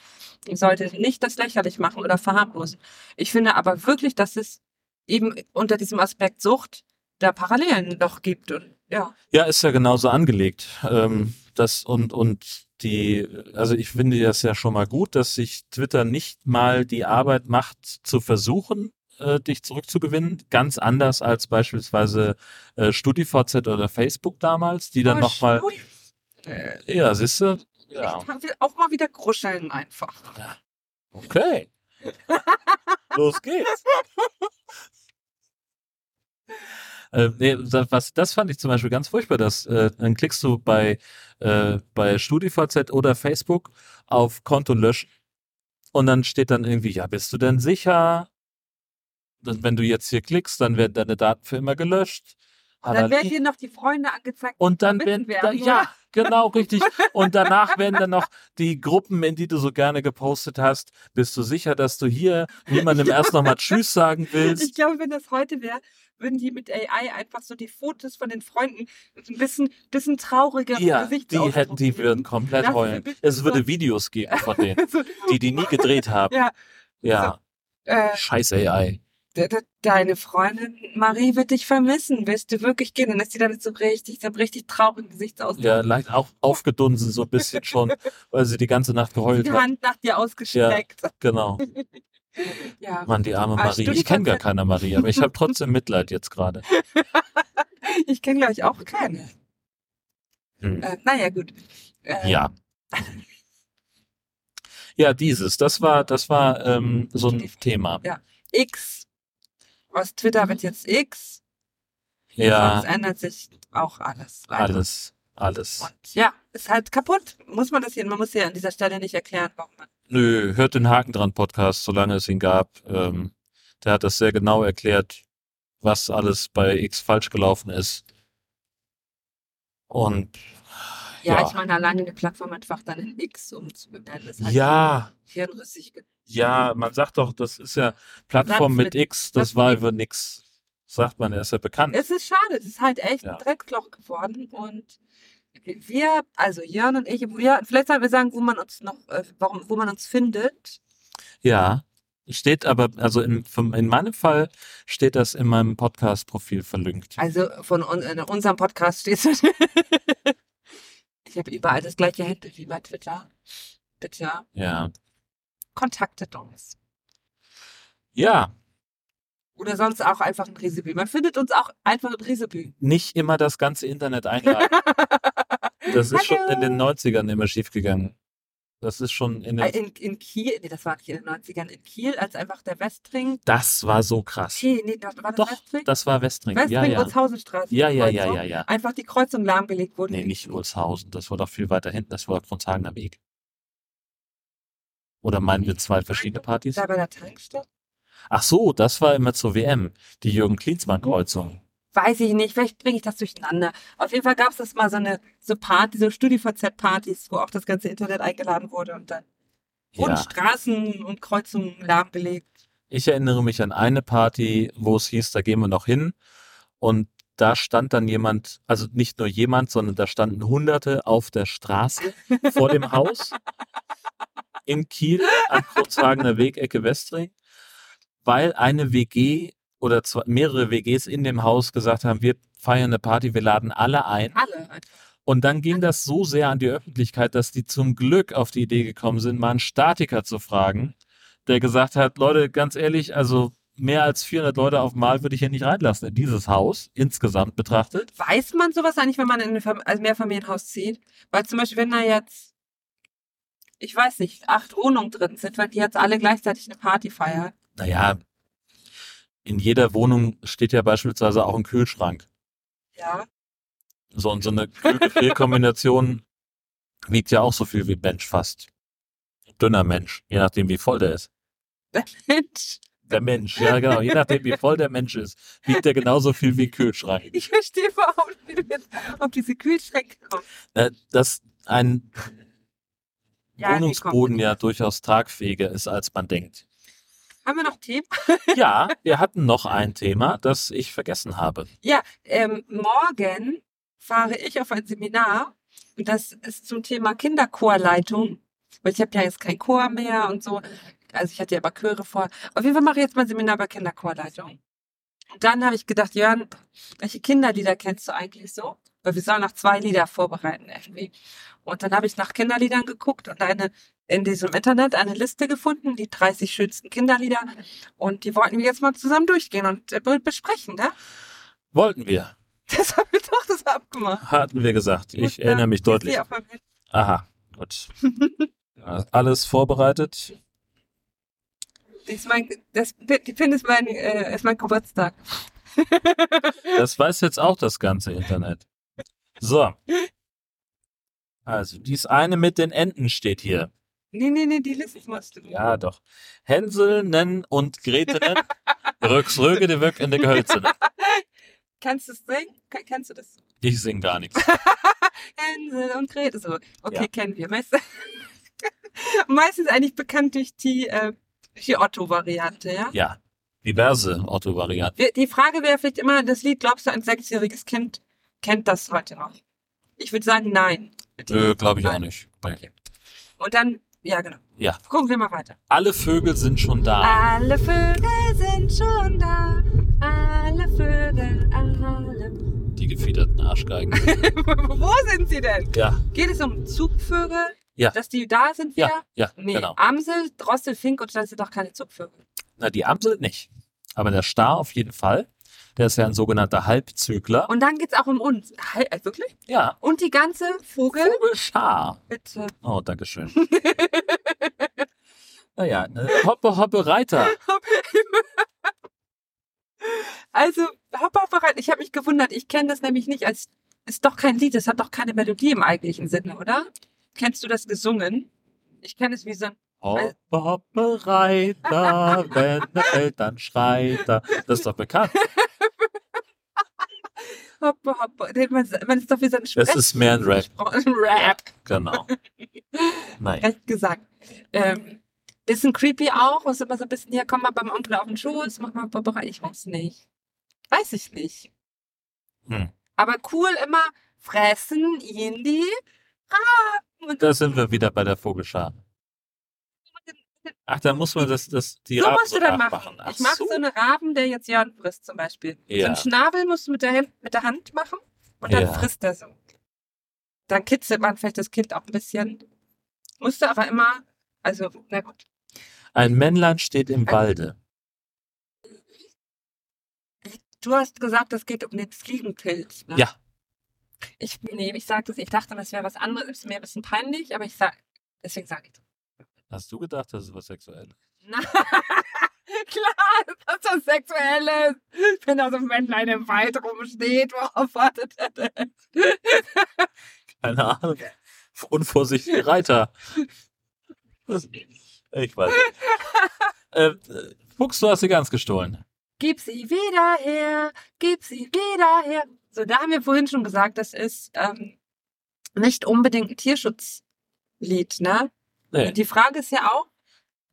Speaker 2: Ich sollte nicht das lächerlich machen oder verharmlosen. Ich finde aber wirklich, dass es eben unter diesem Aspekt Sucht da Parallelen doch gibt. Und ja,
Speaker 1: Ja, ist ja genauso angelegt. Ähm, das und, und die, also ich finde das ja schon mal gut, dass sich Twitter nicht mal die Arbeit macht, zu versuchen, äh, dich zurückzugewinnen. Ganz anders als beispielsweise äh, StudiVZ oder Facebook damals, die dann
Speaker 2: Aber
Speaker 1: nochmal,
Speaker 2: Studi- Äh,
Speaker 1: ja, siehst du, ja,
Speaker 2: Ich will auch mal wieder gruscheln einfach.
Speaker 1: okay. Los geht's. Äh, nee, das, was, das fand ich zum Beispiel ganz furchtbar, dass äh, dann klickst du bei, äh, bei StudiVZ oder Facebook auf Konto löschen und dann steht dann irgendwie, ja, bist du denn sicher? Dass, wenn du jetzt hier klickst, dann werden deine Daten für immer gelöscht.
Speaker 2: Dann werden
Speaker 1: Halali.
Speaker 2: dir noch die Freunde angezeigt.
Speaker 1: Und dann werden,
Speaker 2: Wissen wir,
Speaker 1: da,
Speaker 2: oder?
Speaker 1: ja, genau, richtig. Und danach werden dann noch die Gruppen, in die du so gerne gepostet hast. Bist du sicher, dass du hier niemandem erst nochmal Tschüss sagen
Speaker 2: Ich
Speaker 1: willst?
Speaker 2: glaube, wenn das heute wäre, würden die mit AI einfach so die Fotos von den Freunden mit so ein bisschen, bisschen trauriger
Speaker 1: Ja, die hätten, die würden komplett
Speaker 2: Das
Speaker 1: heulen.
Speaker 2: ist-
Speaker 1: Es würde Videos geben von denen, die die nie gedreht haben.
Speaker 2: Ja.
Speaker 1: Ja,
Speaker 2: äh,
Speaker 1: scheiß AI.
Speaker 2: de- de- deine Freundin Marie wird dich vermissen. Willst du wirklich gehen? Dann ist die damit so richtig, so richtig traurigen Gesichtsausdruck.
Speaker 1: Ja, leicht auch aufgedunsen so ein bisschen schon, weil sie die ganze Nacht geheult
Speaker 2: Die
Speaker 1: hat.
Speaker 2: Hand nach dir ausgestreckt.
Speaker 1: Genau.
Speaker 2: Ja.
Speaker 1: Mann, die arme
Speaker 2: Ah,
Speaker 1: Marie. Ich kenne gar
Speaker 2: StudiVZ.
Speaker 1: keine Marie, aber ich habe trotzdem Mitleid jetzt gerade.
Speaker 2: Ich kenne, glaube ich, auch keine.
Speaker 1: Mhm.
Speaker 2: Äh, naja, gut. Äh,
Speaker 1: Ja. Ähm. Ja, dieses, das war, das war ähm, so ein Thema.
Speaker 2: X. Aus Twitter wird jetzt X.
Speaker 1: Ja,
Speaker 2: Sonst ändert sich auch alles. leider.
Speaker 1: alles, alles.
Speaker 2: Und ja, ist halt kaputt. Muss man das hier, man muss hier an dieser Stelle nicht erklären, warum man.
Speaker 1: Nö, hört den Haken dran Podcast, solange es ihn gab. Ähm, der hat das sehr genau erklärt, was alles bei X falsch gelaufen ist. Und
Speaker 2: Ja,
Speaker 1: Ja.
Speaker 2: ich meine, alleine die Plattform einfach dann in X umzubenennen. ist halt
Speaker 1: ja,
Speaker 2: Hirnrissig. ge-
Speaker 1: ja, man sagt doch, das ist ja Plattform
Speaker 2: Satz
Speaker 1: mit
Speaker 2: mit-
Speaker 1: X, das
Speaker 2: Satz
Speaker 1: war
Speaker 2: mit-
Speaker 1: über nix. Sagt man, er ist ja bekannt.
Speaker 2: Es ist schade, es ist halt echt
Speaker 1: Ja.
Speaker 2: ein Dreckloch geworden und wir, also Jörn und ich, wir, vielleicht sollten wir sagen, wo man uns noch, äh, warum, wo man uns findet.
Speaker 1: Ja, steht aber, also in, vom- in meinem Fall steht das in meinem Podcast-Profil verlinkt.
Speaker 2: Also von un in unserem Podcast steht es. ich habe überall das gleiche Handle wie bei Twitter. Bitte
Speaker 1: Ja.
Speaker 2: kontaktet uns.
Speaker 1: Ja,
Speaker 2: Oder sonst auch einfach ein Resebü. Man findet uns auch einfach ein Resebü.
Speaker 1: nicht immer das ganze Internet einladen. Das ist schon
Speaker 2: Hallo.
Speaker 1: in den 90ern immer schiefgegangen. Das ist schon in den.
Speaker 2: Äh, In, in Kiel, nee, das war nicht in den 90ern, in Kiel, als einfach der Westring.
Speaker 1: Das war so krass.
Speaker 2: Nee, nee, das war das
Speaker 1: Doch,
Speaker 2: Westring?
Speaker 1: das war Westring. Ja,
Speaker 2: Westring,
Speaker 1: ja.
Speaker 2: Holzhausenstraße.
Speaker 1: Ja, ja,
Speaker 2: die
Speaker 1: ja,
Speaker 2: Kreuzung.
Speaker 1: ja, ja.
Speaker 2: Einfach die Kreuzung lahmgelegt wurde.
Speaker 1: Nee, nicht Ulzhausen. Das war doch viel weiter hinten. Das war Grundhagener Weg. Oder meinen wir zwei verschiedene Partys?
Speaker 2: Da bei der Tankstelle?
Speaker 1: Ach so, das war immer zur WM. Die Jürgen-Klinsmann-Kreuzung.
Speaker 2: Weiß ich nicht, vielleicht bringe ich das durcheinander. Auf jeden Fall gab es das mal so eine so Party, so StudiVZ-Partys, wo auch das ganze Internet eingeladen wurde und dann wurden
Speaker 1: Ja.
Speaker 2: Straßen und Kreuzungen lahmgelegt.
Speaker 1: Ich erinnere mich an eine Party, wo es hieß, da gehen wir noch hin. Und da stand dann jemand, also nicht nur jemand, sondern da standen Hunderte auf der Straße vor dem Haus in Kiel an Kurzhagener Weg, Ecke Westring, weil eine WG oder zwei, mehrere WGs in dem Haus gesagt haben, wir feiern eine Party, wir laden alle ein.
Speaker 2: Alle.
Speaker 1: Und dann ging das so sehr an die Öffentlichkeit, dass die zum Glück auf die Idee gekommen sind, mal einen Statiker zu fragen, der gesagt hat, Leute, ganz ehrlich, also mehr als 400 Leute auf Mal würde ich hier nicht reinlassen in dieses Haus, insgesamt betrachtet.
Speaker 2: Weiß man sowas eigentlich, wenn man in ein Fam- also Mehrfamilienhaus zieht? Weil zum Beispiel, wenn da jetzt, ich weiß nicht, acht Wohnungen drin sind, weil die jetzt alle gleichzeitig eine Party feiern.
Speaker 1: Naja, in jeder Wohnung steht ja beispielsweise auch ein Kühlschrank.
Speaker 2: Ja.
Speaker 1: So, und so eine Kühl-Gefrier-Kombination wiegt ja auch so viel wie ein Mensch fast. Dünner Mensch, je nachdem, wie voll der ist.
Speaker 2: Mensch,
Speaker 1: Der Mensch, ja genau, je nachdem, wie voll der Mensch ist, wiegt er genauso viel wie ein Kühlschrank.
Speaker 2: ich verstehe überhaupt nicht, wie wir auf diese Kühlschränke kommen.
Speaker 1: Äh, dass ein
Speaker 2: Ja, die
Speaker 1: Wohnungsboden ja durchaus tragfähiger ist, als man denkt.
Speaker 2: Haben wir noch Themen?
Speaker 1: Ja, wir hatten noch ein Thema, das ich vergessen habe.
Speaker 2: Ja, ähm, morgen fahre ich auf ein Seminar und das ist zum Thema Kinderchorleitung. Weil ich habe ja jetzt keinen Chor mehr und so. Also ich hatte ja aber Chöre vor. Auf jeden Fall mache ich jetzt mein Seminar bei Kinderchorleitung. Und dann habe ich gedacht, Jörn, welche Kinderlieder kennst du eigentlich so? Weil wir sollen noch zwei Lieder vorbereiten irgendwie. Und dann habe ich nach Kinderliedern geguckt und eine in diesem Internet eine Liste gefunden, die 30 schönsten Kinderlieder. Und die wollten wir jetzt mal zusammen durchgehen und äh, besprechen, ne?
Speaker 1: Wollten wir,
Speaker 2: Das haben wir doch das abgemacht.
Speaker 1: hatten wir gesagt.
Speaker 2: Muss
Speaker 1: Ich erinnere
Speaker 2: da-
Speaker 1: mich
Speaker 2: ist
Speaker 1: deutlich.
Speaker 2: die auf meinem Handy.
Speaker 1: Aha, gut. Ja, Alles vorbereitet.
Speaker 2: Die ist mein, das, die Pin ist mein, äh, ist mein Geburtstag.
Speaker 1: Das weiß jetzt auch das ganze Internet. So. Also, dies eine mit den Enten steht hier.
Speaker 2: Nee, nee, nee, die Liste musst du.
Speaker 1: Ja, doch. Hänselnen und Gretenen. Rücks Röge, die Wöck in der Gehölze.
Speaker 2: Kannst du es singen? Ke- Kennst du das?
Speaker 1: Ich sing gar nichts.
Speaker 2: Hänsel und Grete. So. Okay,
Speaker 1: Ja.
Speaker 2: kennen wir. Meist, meistens eigentlich bekannt durch die, äh, durch die Otto-Variante, ja?
Speaker 1: Ja, diverse Otto-Varianten.
Speaker 2: Wir, die Frage wäre vielleicht immer, das Lied, glaubst du, ein sechsjähriges Kind kennt das heute noch? Ich würde sagen, nein.
Speaker 1: Nö, glaube Äh, ich auch nicht.
Speaker 2: Und dann, ja, genau.
Speaker 1: Ja,
Speaker 2: Gucken wir mal weiter.
Speaker 1: alle Vögel sind schon da.
Speaker 2: Alle Vögel sind schon da. Alle Vögel, alle.
Speaker 1: Die gefiederten Arschgeigen.
Speaker 2: Wo sind sie denn?
Speaker 1: Ja,
Speaker 2: Geht es um Zugvögel?
Speaker 1: Ja.
Speaker 2: Dass die da sind wieder?
Speaker 1: ja, ja,
Speaker 2: Nee,
Speaker 1: genau.
Speaker 2: Amsel, Drossel, Fink und das sind doch keine Zugvögel.
Speaker 1: Na, die Amsel nicht. Aber der Star auf jeden Fall. Der ist ja ein sogenannter Halbzügler.
Speaker 2: Und dann geht's auch um uns. Hal- äh, Wirklich?
Speaker 1: Ja.
Speaker 2: Und die ganze Vogel.
Speaker 1: Vogelschar.
Speaker 2: Bitte.
Speaker 1: Oh, Dankeschön. naja, äh, hoppe, hoppe, Reiter.
Speaker 2: Also, hopp auf bereit. Ich habe mich gewundert. Ich kenne das nämlich nicht als. Ist doch kein Lied. Es hat doch keine Melodie im eigentlichen Sinne, oder? Kennst du das gesungen? Ich kenne es wie so ein.
Speaker 1: Hoppe, hoppe, Reiter, wenn der Eltern schreit er. Das ist doch bekannt.
Speaker 2: Hopp, hopp. Man, man ist doch wie so ein Sprech.
Speaker 1: Das ist mehr ein Rap.
Speaker 2: Ein Rap.
Speaker 1: Genau. Nein.
Speaker 2: Recht gesagt. Ähm, bisschen creepy auch. Ist immer so ein bisschen, ja, komm mal beim Onkel auf den Schoß, mach mal Barbara. Ich weiß nicht. Weiß ich nicht.
Speaker 1: Hm.
Speaker 2: Aber cool immer fressen, Yindi.
Speaker 1: Da sind wir wieder bei der Vogelschar. Ach, da muss man das, das die
Speaker 2: So
Speaker 1: Raben
Speaker 2: musst du dann
Speaker 1: nachmachen.
Speaker 2: machen.
Speaker 1: Ach
Speaker 2: Ich mag
Speaker 1: so.
Speaker 2: so einen Raben, der jetzt Jörn frisst zum Beispiel. So
Speaker 1: Ja.
Speaker 2: einen Schnabel musst du mit der, Hand- mit der Hand machen und dann
Speaker 1: Ja.
Speaker 2: frisst er so. Dann kitzelt man vielleicht das Kind auch ein bisschen. Musst du aber immer, also, na gut.
Speaker 1: Ein Männlein steht im Walde.
Speaker 2: Du hast gesagt, es geht um den Fliegenpilz. Ne?
Speaker 1: Ja.
Speaker 2: Ich, nee, ich sag das, ich dachte, das wäre was anderes, ist mir ein bisschen peinlich, aber ich sag, deswegen sage ich das.
Speaker 1: Hast du gedacht, das ist was Sexuelles?
Speaker 2: Na, klar, das ist was Sexuelles. Wenn da so ein Männlein im Wald rumsteht, worauf wartet er denn?
Speaker 1: Keine Ahnung. Unvorsichtige Reiter. Das- Ich weiß nicht. Äh, äh, Fuchs, du hast sie ganz gestohlen.
Speaker 2: Gib sie wieder her, gib sie wieder her. So, da haben wir vorhin schon gesagt, das ist ähm, nicht unbedingt ein Tierschutzlied, ne?
Speaker 1: Nee.
Speaker 2: Und die Frage ist ja auch,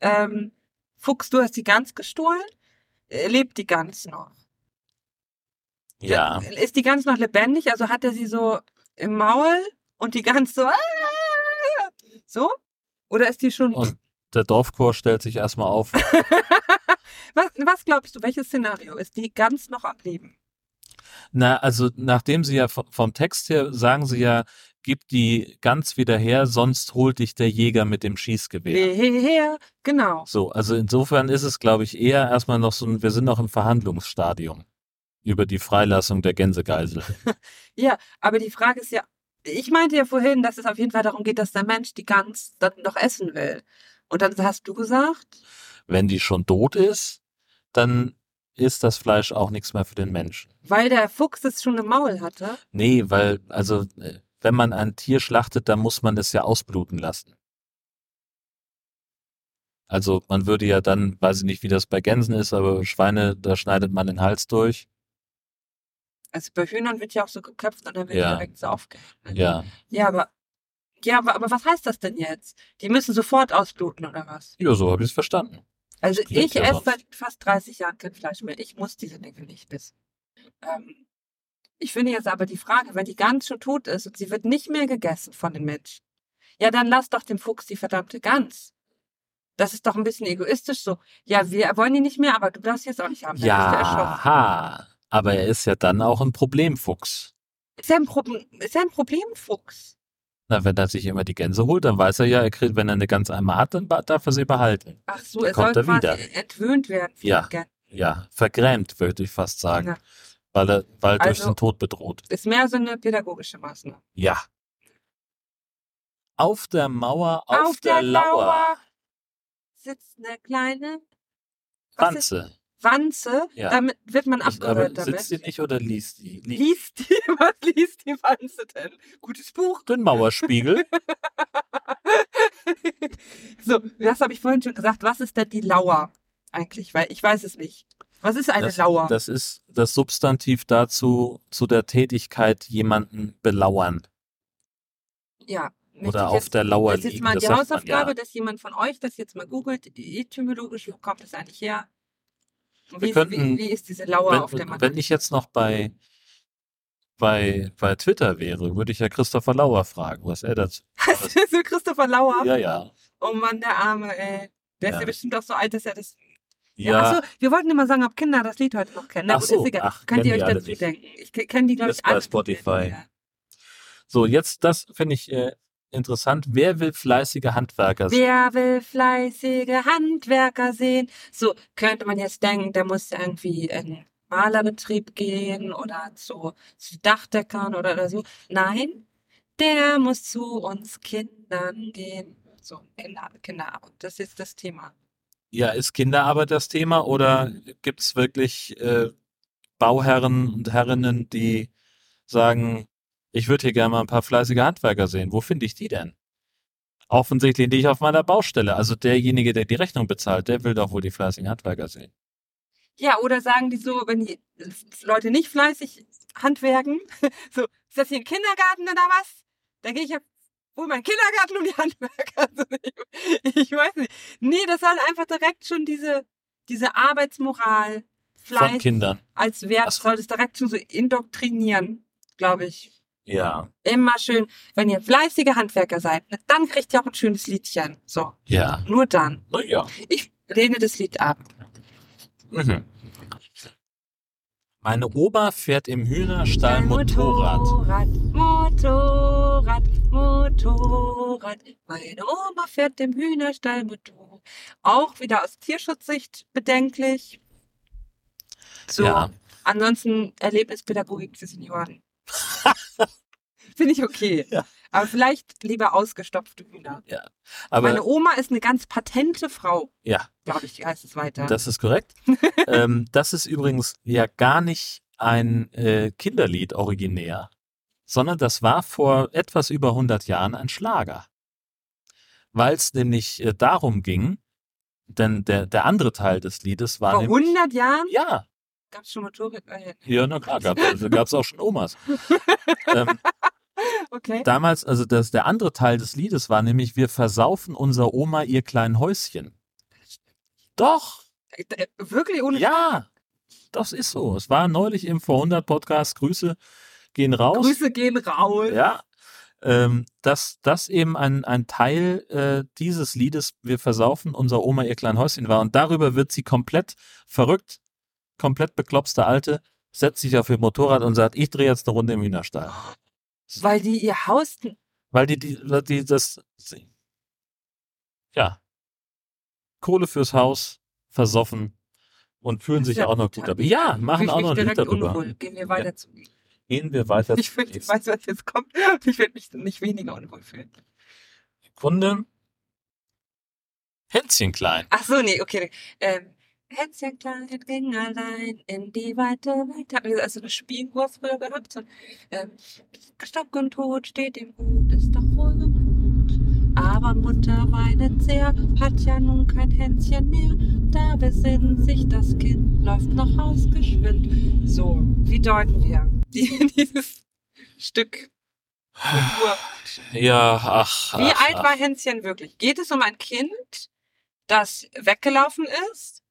Speaker 2: ähm, Fuchs, du hast die Gans gestohlen, Äh, lebt die Gans noch?
Speaker 1: Ja.
Speaker 2: Ist die Gans noch lebendig? Also hat er sie so im Maul und die Gans so, so? Oder ist die schon,
Speaker 1: Und- Der Dorfchor stellt sich erstmal auf.
Speaker 2: was, was glaubst du, welches Szenario? Ist die Gans noch am Leben?
Speaker 1: Na, also nachdem sie ja v- vom Text her sagen sie ja, gib die ganz wieder her, sonst holt dich der Jäger mit dem Schießgewehr.
Speaker 2: Wehe, genau.
Speaker 1: So, also insofern ist es, glaube ich, eher erstmal noch so ein, wir sind noch im Verhandlungsstadium über die Freilassung der Gänsegeisel.
Speaker 2: Aber die Frage ist ja, ich meinte ja vorhin, dass es auf jeden Fall darum geht, dass der Mensch die Gans dann noch essen will. Und dann hast du gesagt,
Speaker 1: Wenn die schon tot ist, dann ist das Fleisch auch nichts mehr für den Menschen.
Speaker 2: weil der Fuchs es schon im Maul hatte.
Speaker 1: Nee, weil, also, äh, wenn man ein Tier schlachtet, dann muss man es ja ausbluten lassen. Also, man würde ja dann, weiß ich nicht, wie das bei Gänsen ist, aber Schweine, da schneidet man den Hals durch.
Speaker 2: Also bei Hühnern wird ja auch so geköpft und dann wird
Speaker 1: Ja.
Speaker 2: direkt so aufgehängt.
Speaker 1: Ja,
Speaker 2: Ja, aber, ja aber, aber was heißt das denn jetzt? Die müssen sofort ausbluten oder was?
Speaker 1: ja so habe ich es verstanden.
Speaker 2: Also
Speaker 1: klingt
Speaker 2: ich
Speaker 1: ja
Speaker 2: esse
Speaker 1: sonst-
Speaker 2: seit fast 30 Jahren kein Fleisch mehr. Ich muss diese Dinge nicht essen. Ähm, ich finde jetzt aber die Frage, wenn die Gans schon tot ist und sie wird nicht mehr gegessen von den Menschen, ja, dann lass doch dem Fuchs die verdammte Gans. Das ist doch ein bisschen egoistisch so. Ja, wir wollen die nicht mehr, aber du darfst sie jetzt auch nicht haben. Dann ist der
Speaker 1: Ja,
Speaker 2: erschroffen.
Speaker 1: ha. aber er ist ja dann auch ein Problemfuchs.
Speaker 2: Ist ja ein Problem, ist ja ein Problem, Fuchs.
Speaker 1: Na, wenn er sich immer die Gänse holt, dann weiß er ja, er kriegt, wenn er eine Gans einmal hat, dann ba- darf er sie behalten.
Speaker 2: Ach so,
Speaker 1: Da
Speaker 2: er soll
Speaker 1: kommt er
Speaker 2: quasi
Speaker 1: wieder.
Speaker 2: entwöhnt werden. von
Speaker 1: Ja.
Speaker 2: den Gänsen.
Speaker 1: Ja, vergrämt, würde ich fast sagen,
Speaker 2: Ja.
Speaker 1: weil er, weil er durch
Speaker 2: Also-
Speaker 1: den Tod bedroht.
Speaker 2: Ist mehr so eine pädagogische Maßnahme.
Speaker 1: Ja. Auf der Mauer, auf, der, Lauer.
Speaker 2: sitzt eine kleine was ist-
Speaker 1: Wanze.
Speaker 2: Wanze.
Speaker 1: Ja.
Speaker 2: Damit wird man
Speaker 1: Ich-
Speaker 2: abgehört
Speaker 1: Aber
Speaker 2: damit.
Speaker 1: sitzt die nicht oder liest die? Liest
Speaker 2: liest die, was liest die Wanze denn? Gutes Buch.
Speaker 1: den Mauerspiegel.
Speaker 2: so, das habe ich vorhin schon gesagt. Was ist denn die Lauer eigentlich? Weil ich weiß es nicht. Was ist eine
Speaker 1: das,
Speaker 2: Lauer?
Speaker 1: das ist das Substantiv dazu, zu der Tätigkeit, jemanden belauern.
Speaker 2: ja. möchte ich
Speaker 1: Oder auf
Speaker 2: jetzt-
Speaker 1: der Lauer
Speaker 2: Das ist jetzt
Speaker 1: liegen.
Speaker 2: mal
Speaker 1: das
Speaker 2: die
Speaker 1: sagt man
Speaker 2: Hausaufgabe,
Speaker 1: ja.
Speaker 2: dass jemand von euch das jetzt mal googelt, etymologisch, wo kommt das eigentlich her? Und
Speaker 1: Wir
Speaker 2: wie,
Speaker 1: könnten-
Speaker 2: wie, wie ist diese Lauer auf der
Speaker 1: Wenn,
Speaker 2: Matratze?
Speaker 1: wenn ich jetzt noch bei, bei, bei Twitter wäre, würde ich ja Christopher Lauer fragen, was er dazu.
Speaker 2: Hast du so Christopher Lauer?
Speaker 1: Ja, ja.
Speaker 2: Oh Mann, der Arme, ey. Der ist
Speaker 1: Ja.
Speaker 2: ja bestimmt auch so alt, dass er das.
Speaker 1: Ja,
Speaker 2: Achso, wir wollten immer sagen, ob Kinder das Lied heute noch kennen. Na
Speaker 1: Ach
Speaker 2: gut,
Speaker 1: so,
Speaker 2: ist egal.
Speaker 1: ach,
Speaker 2: Könnt
Speaker 1: kennen
Speaker 2: ihr
Speaker 1: die
Speaker 2: euch
Speaker 1: alle
Speaker 2: dazu
Speaker 1: nicht.
Speaker 2: denken? Ich ke- kenne die, glaube
Speaker 1: Ist
Speaker 2: ich, alle.
Speaker 1: bei Spotify. so jetzt, das finde ich äh, interessant. Wer will fleißige Handwerker sein?
Speaker 2: Wer will fleißige Handwerker sehen? So könnte man jetzt denken, der muss irgendwie ein Malerbetrieb gehen oder zu, zu Dachdeckern oder, oder so. Nein, der muss zu uns Kindern gehen. So, Kinder, Kinderarbeit, das ist das Thema.
Speaker 1: Ja, ist Kinderarbeit das Thema oder gibt es wirklich äh, Bauherren und Herrinnen, die sagen, ich würde hier gerne mal ein paar fleißige Handwerker sehen. Wo finde ich die denn? Offensichtlich nicht auf meiner Baustelle. Also derjenige, der die Rechnung bezahlt, der will doch wohl die fleißigen Handwerker sehen.
Speaker 2: Ja, oder sagen die so, wenn die Leute nicht fleißig handwerken, so, ist das hier ein Kindergarten oder was? Da gehe ich ja wohl meinen Kindergarten um die Handwerker. Also ich, ich weiß nicht. Nee, das soll einfach direkt schon diese, diese Arbeitsmoral, Fleiß
Speaker 1: Von Kindern.
Speaker 2: als Wert,
Speaker 1: Ach so.
Speaker 2: soll das direkt schon so indoktrinieren, glaube ich.
Speaker 1: Ja,
Speaker 2: Immer schön, wenn ihr fleißige Handwerker seid, na, dann kriegt ihr auch ein schönes Liedchen. So,
Speaker 1: ja.
Speaker 2: nur dann.
Speaker 1: Naja.
Speaker 2: Ich lehne das Lied ab.
Speaker 1: Mhm. Meine Oma fährt im Hühnerstall Motorrad.
Speaker 2: Motorrad, Motorrad, Motorrad. Meine Oma fährt im Hühnerstall Motorrad. Auch wieder aus Tierschutzsicht bedenklich. So,
Speaker 1: Ja.
Speaker 2: ansonsten Erlebnispädagogik für Senioren. Finde ich okay.
Speaker 1: Ja.
Speaker 2: Aber vielleicht lieber ausgestopfte Hühner. Meine
Speaker 1: Aber
Speaker 2: Oma ist eine ganz patente Frau,
Speaker 1: ja,
Speaker 2: glaube ich, heißt es weiter.
Speaker 1: Das ist korrekt. ähm, das ist übrigens ja gar nicht ein äh, Kinderlied originär, sondern das war vor etwas über 100 Jahren ein Schlager. Weil es nämlich äh, darum ging, denn der, der andere Teil des Liedes war
Speaker 2: Vor
Speaker 1: nämlich.
Speaker 2: 100 Jahren
Speaker 1: Ja,
Speaker 2: gab es schon Motorrad. äh,
Speaker 1: ja, na klar, gab es auch schon Omas. ähm,
Speaker 2: Okay.
Speaker 1: damals, also das, der andere Teil des Liedes war nämlich, wir versaufen unserer Oma ihr klein Häuschen. Doch,
Speaker 2: Äh, Wirklich ohne
Speaker 1: Ja, das ist so. Es war neulich im Vor-100-Podcast. Grüße gehen raus.
Speaker 2: Grüße gehen raus.
Speaker 1: Ja. Ähm, dass das eben ein, ein Teil äh, dieses Liedes Wir versaufen unser Oma ihr klein Häuschen war. Und darüber wird sie komplett verrückt, komplett bekloppste Alte, setzt sich auf ihr Motorrad und sagt, ich drehe jetzt eine Runde im Hühnerstall.
Speaker 2: Weil die ihr Haus.
Speaker 1: Weil die, die, weil die das. Ja. Kohle fürs Haus, versoffen und fühlen sich
Speaker 2: Hm. Ja,
Speaker 1: auch noch gut dabei. Ja, machen
Speaker 2: Ich
Speaker 1: auch
Speaker 2: mich
Speaker 1: noch ein Lied
Speaker 2: direkt
Speaker 1: darüber.
Speaker 2: unwohl. Gehen wir weiter zu.
Speaker 1: Gehen wir weiter
Speaker 2: Ich,
Speaker 1: zum
Speaker 2: will, ich
Speaker 1: nächsten
Speaker 2: weiß, was jetzt kommt. Ich werde mich nicht weniger unwohl fühlen.
Speaker 1: Kunde. Hänschen klein.
Speaker 2: Ach so, nee, okay. Ähm, Hänschen klein ging allein in die weite Welt. Hat mir also eine Spieluhr früher gehabt. So, ähm, Stock und Tod steht im Hut, ist doch wohl so gut. Aber Mutter weinet sehr, hat ja nun kein Hänschen mehr. Da besinnt sich das Kind, läuft noch hausgeschwind. So, wie deuten wir die, dieses Stück? Kultur?
Speaker 1: Ja, ach.
Speaker 2: Wie
Speaker 1: ach,
Speaker 2: alt
Speaker 1: ach.
Speaker 2: war Hänschen wirklich? Geht es um ein Kind, das weggelaufen ist?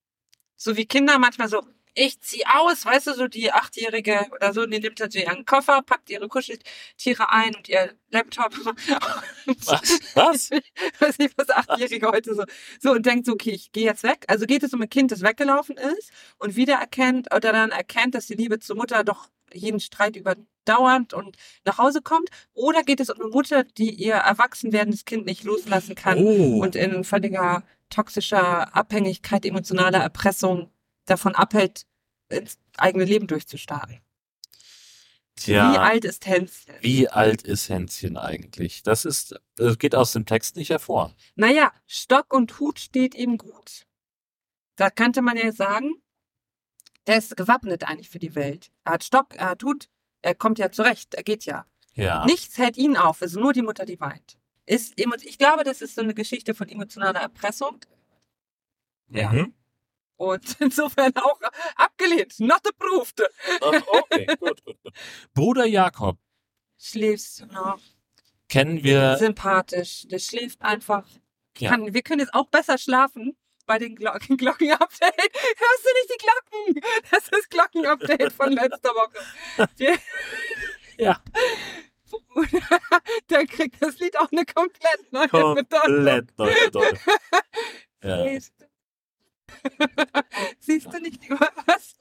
Speaker 2: So wie Kinder manchmal so, ich zieh aus, weißt du, so die Achtjährige oder so, die nimmt natürlich ihren Koffer, packt ihre Kuscheltiere ein und ihr Laptop.
Speaker 1: Was? Was?
Speaker 2: Ich weiß nicht, was Achtjährige heute so. So und denkt so, okay, ich gehe jetzt weg. Also geht es um ein Kind, das weggelaufen ist und wiedererkennt oder dann erkennt, dass die Liebe zur Mutter doch jeden Streit überdauernd und nach Hause kommt? Oder geht es um eine Mutter, die ihr erwachsen werdendes Kind nicht loslassen kann
Speaker 1: Oh.
Speaker 2: und in völliger toxischer Abhängigkeit, emotionaler Erpressung davon abhält, ins eigene Leben durchzustarten? Wie
Speaker 1: Tja,
Speaker 2: alt ist Hänschen?
Speaker 1: wie alt ist Hänschen eigentlich? Das ist, das geht aus dem Text nicht hervor.
Speaker 2: Naja, Stock und Hut steht ihm gut. Da könnte man ja sagen, er ist gewappnet eigentlich für die Welt. Er hat Stock, er hat Hut, er kommt ja zurecht, er geht ja.
Speaker 1: Ja.
Speaker 2: Nichts hält ihn auf, es ist nur die Mutter, die weint. Ist, emo- ich glaube, das ist so eine Geschichte von emotionaler Erpressung ja.
Speaker 1: Mhm.
Speaker 2: und insofern auch abgelehnt, not approved.
Speaker 1: Ach, okay, gut, gut, gut. Bruder Jakob
Speaker 2: Schläfst du noch?
Speaker 1: kennen wir.
Speaker 2: Sympathisch, der schläft einfach.
Speaker 1: Ja.
Speaker 2: Kann, wir können jetzt auch besser schlafen bei den Glocken Glockenupdate. Hörst du nicht die Glocken? Das ist das Glockenupdate von letzter Woche. Wir-
Speaker 1: Ja.
Speaker 2: da kriegt das Lied auch eine komplett neue Bedeutung.
Speaker 1: Komplett neu bedeutet. Ja.
Speaker 2: Siehst du- Siehst du nicht über was?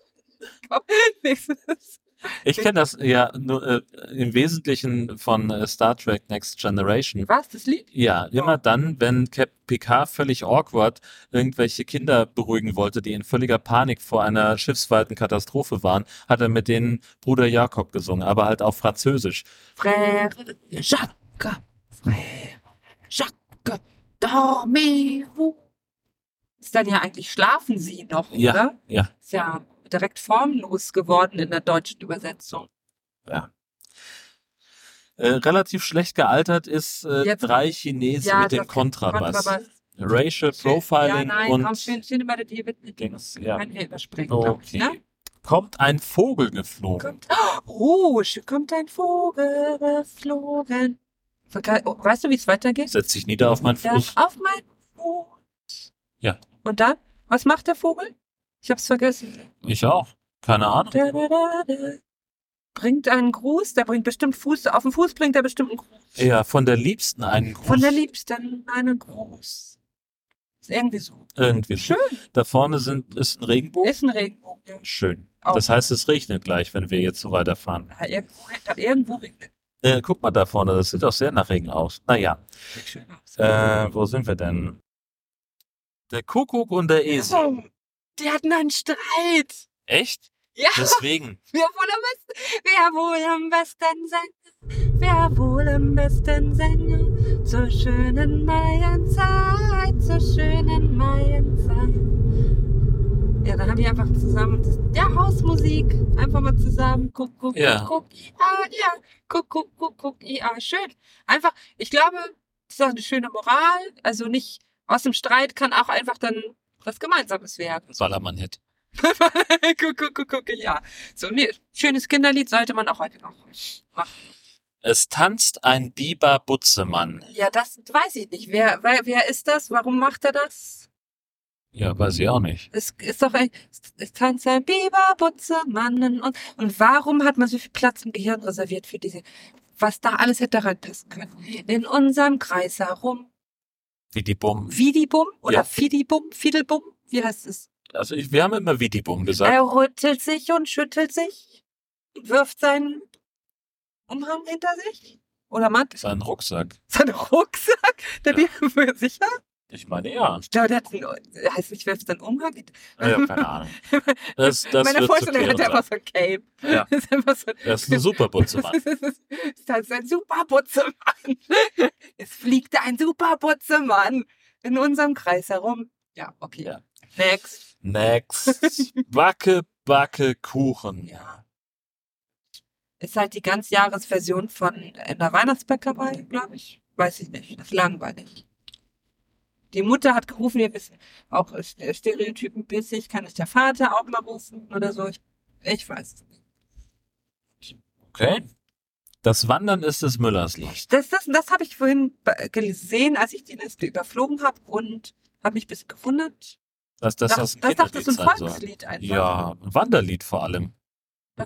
Speaker 2: Komm, nächstes.
Speaker 1: Ich kenne das ja nur, äh, im Wesentlichen von äh, Star Trek Next Generation.
Speaker 2: Was? Das Lied?
Speaker 1: Ja, immer dann, wenn Cap Picard völlig awkward irgendwelche Kinder beruhigen wollte, die in völliger Panik vor einer schiffsweiten Katastrophe waren, hat er mit denen Bruder Jakob gesungen, aber halt auf Französisch.
Speaker 2: Frère
Speaker 3: Jacques, frère, Jacques, dormez-vous.
Speaker 2: ist dann ja eigentlich Schlafen Sie noch,
Speaker 1: Ja.
Speaker 2: oder?
Speaker 1: Ja.
Speaker 2: Ist ja direkt formlos geworden in der deutschen Übersetzung.
Speaker 1: Äh, relativ schlecht gealtert ist äh,
Speaker 2: Jetzt-
Speaker 1: drei Chinesen mit dem
Speaker 2: das-
Speaker 1: Kontrabass.
Speaker 2: Kontrabass.
Speaker 1: Racial Profiling
Speaker 2: ja, nein,
Speaker 1: und
Speaker 2: komm, schön, schön über die wird nicht
Speaker 1: Dings, ja.
Speaker 2: Kann hier überspringen, glaub ich,
Speaker 1: Okay.
Speaker 2: ne?
Speaker 1: Kommt ein Vogel geflogen.
Speaker 2: Kommt, oh, kommt ein Vogel geflogen. Verge- Oh, weißt du, wie es weitergeht?
Speaker 1: Setzt sich nieder auf meinen
Speaker 2: Ja,
Speaker 1: Fuß.
Speaker 2: auf mein Fuß.
Speaker 1: Ja.
Speaker 2: Und dann, was macht der Vogel? Ich hab's vergessen.
Speaker 1: Ich auch. Keine Ahnung.
Speaker 2: Da, da, da, da. Bringt einen Gruß, der bringt bestimmt Fuß, auf den Fuß bringt er bestimmt einen Gruß.
Speaker 1: Ja, von der Liebsten einen Gruß.
Speaker 2: Von der Liebsten einen Gruß. Ist irgendwie so.
Speaker 1: Irgendwie.
Speaker 2: Schön.
Speaker 1: Da vorne sind, ist ein Regenbogen.
Speaker 2: Ist ein Regenbogen.
Speaker 1: Schön.
Speaker 2: Auch.
Speaker 1: Das heißt, es regnet gleich, wenn wir jetzt so weiterfahren.
Speaker 2: Ja, Irgendwo, hat irgendwo regnet
Speaker 1: Äh, guck mal da vorne, das sieht doch sehr nach Regen aus. Naja,
Speaker 2: es schön aus.
Speaker 1: äh, wo sind wir denn? Der Kuckuck und der Esel.
Speaker 2: Oh, die hatten einen Streit.
Speaker 1: Echt?
Speaker 2: Ja.
Speaker 1: Deswegen.
Speaker 2: Wer wohl am besten, wer wohl am besten sein, wer wohl am besten sein, zur schönen Maienzeit, zur schönen Maienzeit. Ja, dann haben die einfach zusammen, ja, Hausmusik, einfach mal zusammen, guck, guck,
Speaker 1: Ja.
Speaker 2: guck, guck, ja, ja, guck, guck, guck, guck, ja, schön. Einfach, ich glaube, das ist auch eine schöne Moral, also nicht aus dem Streit kann auch einfach dann was Gemeinsames werden.
Speaker 1: Salamanhit.
Speaker 2: guck, guck, guck, guck, ja. So, nee, schönes Kinderlied sollte man auch heute noch machen.
Speaker 1: Es tanzt ein Biber Butzemann.
Speaker 2: Ja, das weiß ich nicht. Wer, wer, wer ist das? Warum macht er das?
Speaker 1: Ja, weiß ich auch nicht.
Speaker 2: Es ist doch ein, es tanzt ein Biber, Butze, Mannen und, und warum hat man so viel Platz im Gehirn reserviert für diese, was da alles hätte reinpassen können? In unserem Kreis herum.
Speaker 1: Wie die Bum.
Speaker 2: Vidibum oder
Speaker 1: Ja.
Speaker 2: Fidibum, Fidelbum, wie heißt es?
Speaker 1: Also ich, wir haben immer wie die Bum gesagt.
Speaker 2: Er rüttelt sich und schüttelt sich, wirft seinen Umhang hinter sich oder Mantel.
Speaker 1: Das ist ein Rucksack.
Speaker 2: Sein Rucksack? Der ja. Bier sicher?
Speaker 1: Ich meine, ja.
Speaker 2: Ich glaube, der hat einen, heißt nicht, wirft seinen Umhang.
Speaker 1: Ich hab keine Ahnung. Das, das wird
Speaker 2: Meine
Speaker 1: zu
Speaker 2: Vorstellung
Speaker 1: klären
Speaker 2: hat
Speaker 1: sein.
Speaker 2: er einfach so ein Cape.
Speaker 1: Ja.
Speaker 2: Das ist einfach so,
Speaker 1: Das ist ein super Butzemann.
Speaker 2: das ist, das ist halt so ein Superbutzemann. Es fliegt ein Superbutzemann in unserem Kreis herum. Ja, okay.
Speaker 1: Ja.
Speaker 2: Next.
Speaker 1: Next. Backe, Backe, Kuchen.
Speaker 2: Ja. Ist halt die ganz Jahresversion von in der Weihnachtsbäckerei, glaube ich. Weiß ich nicht. Das ist langweilig. Die Mutter hat gerufen, wir wissen auch äh, Stereotypen bissig, kann es der Vater auch mal rufen oder so. Ich, ich weiß es nicht.
Speaker 1: Okay. Das Wandern ist des Müllers Licht.
Speaker 2: Das, das, das habe ich vorhin be- gesehen, als ich die Liste überflogen habe und habe mich ein bisschen gewundert.
Speaker 1: Das, das,
Speaker 2: Dach-
Speaker 1: das, ein
Speaker 2: das dachte
Speaker 1: Kinderlied
Speaker 2: so ein
Speaker 1: sein soll.
Speaker 2: Volkslied einfach.
Speaker 1: halt Ja, ein Wanderlied vor allem.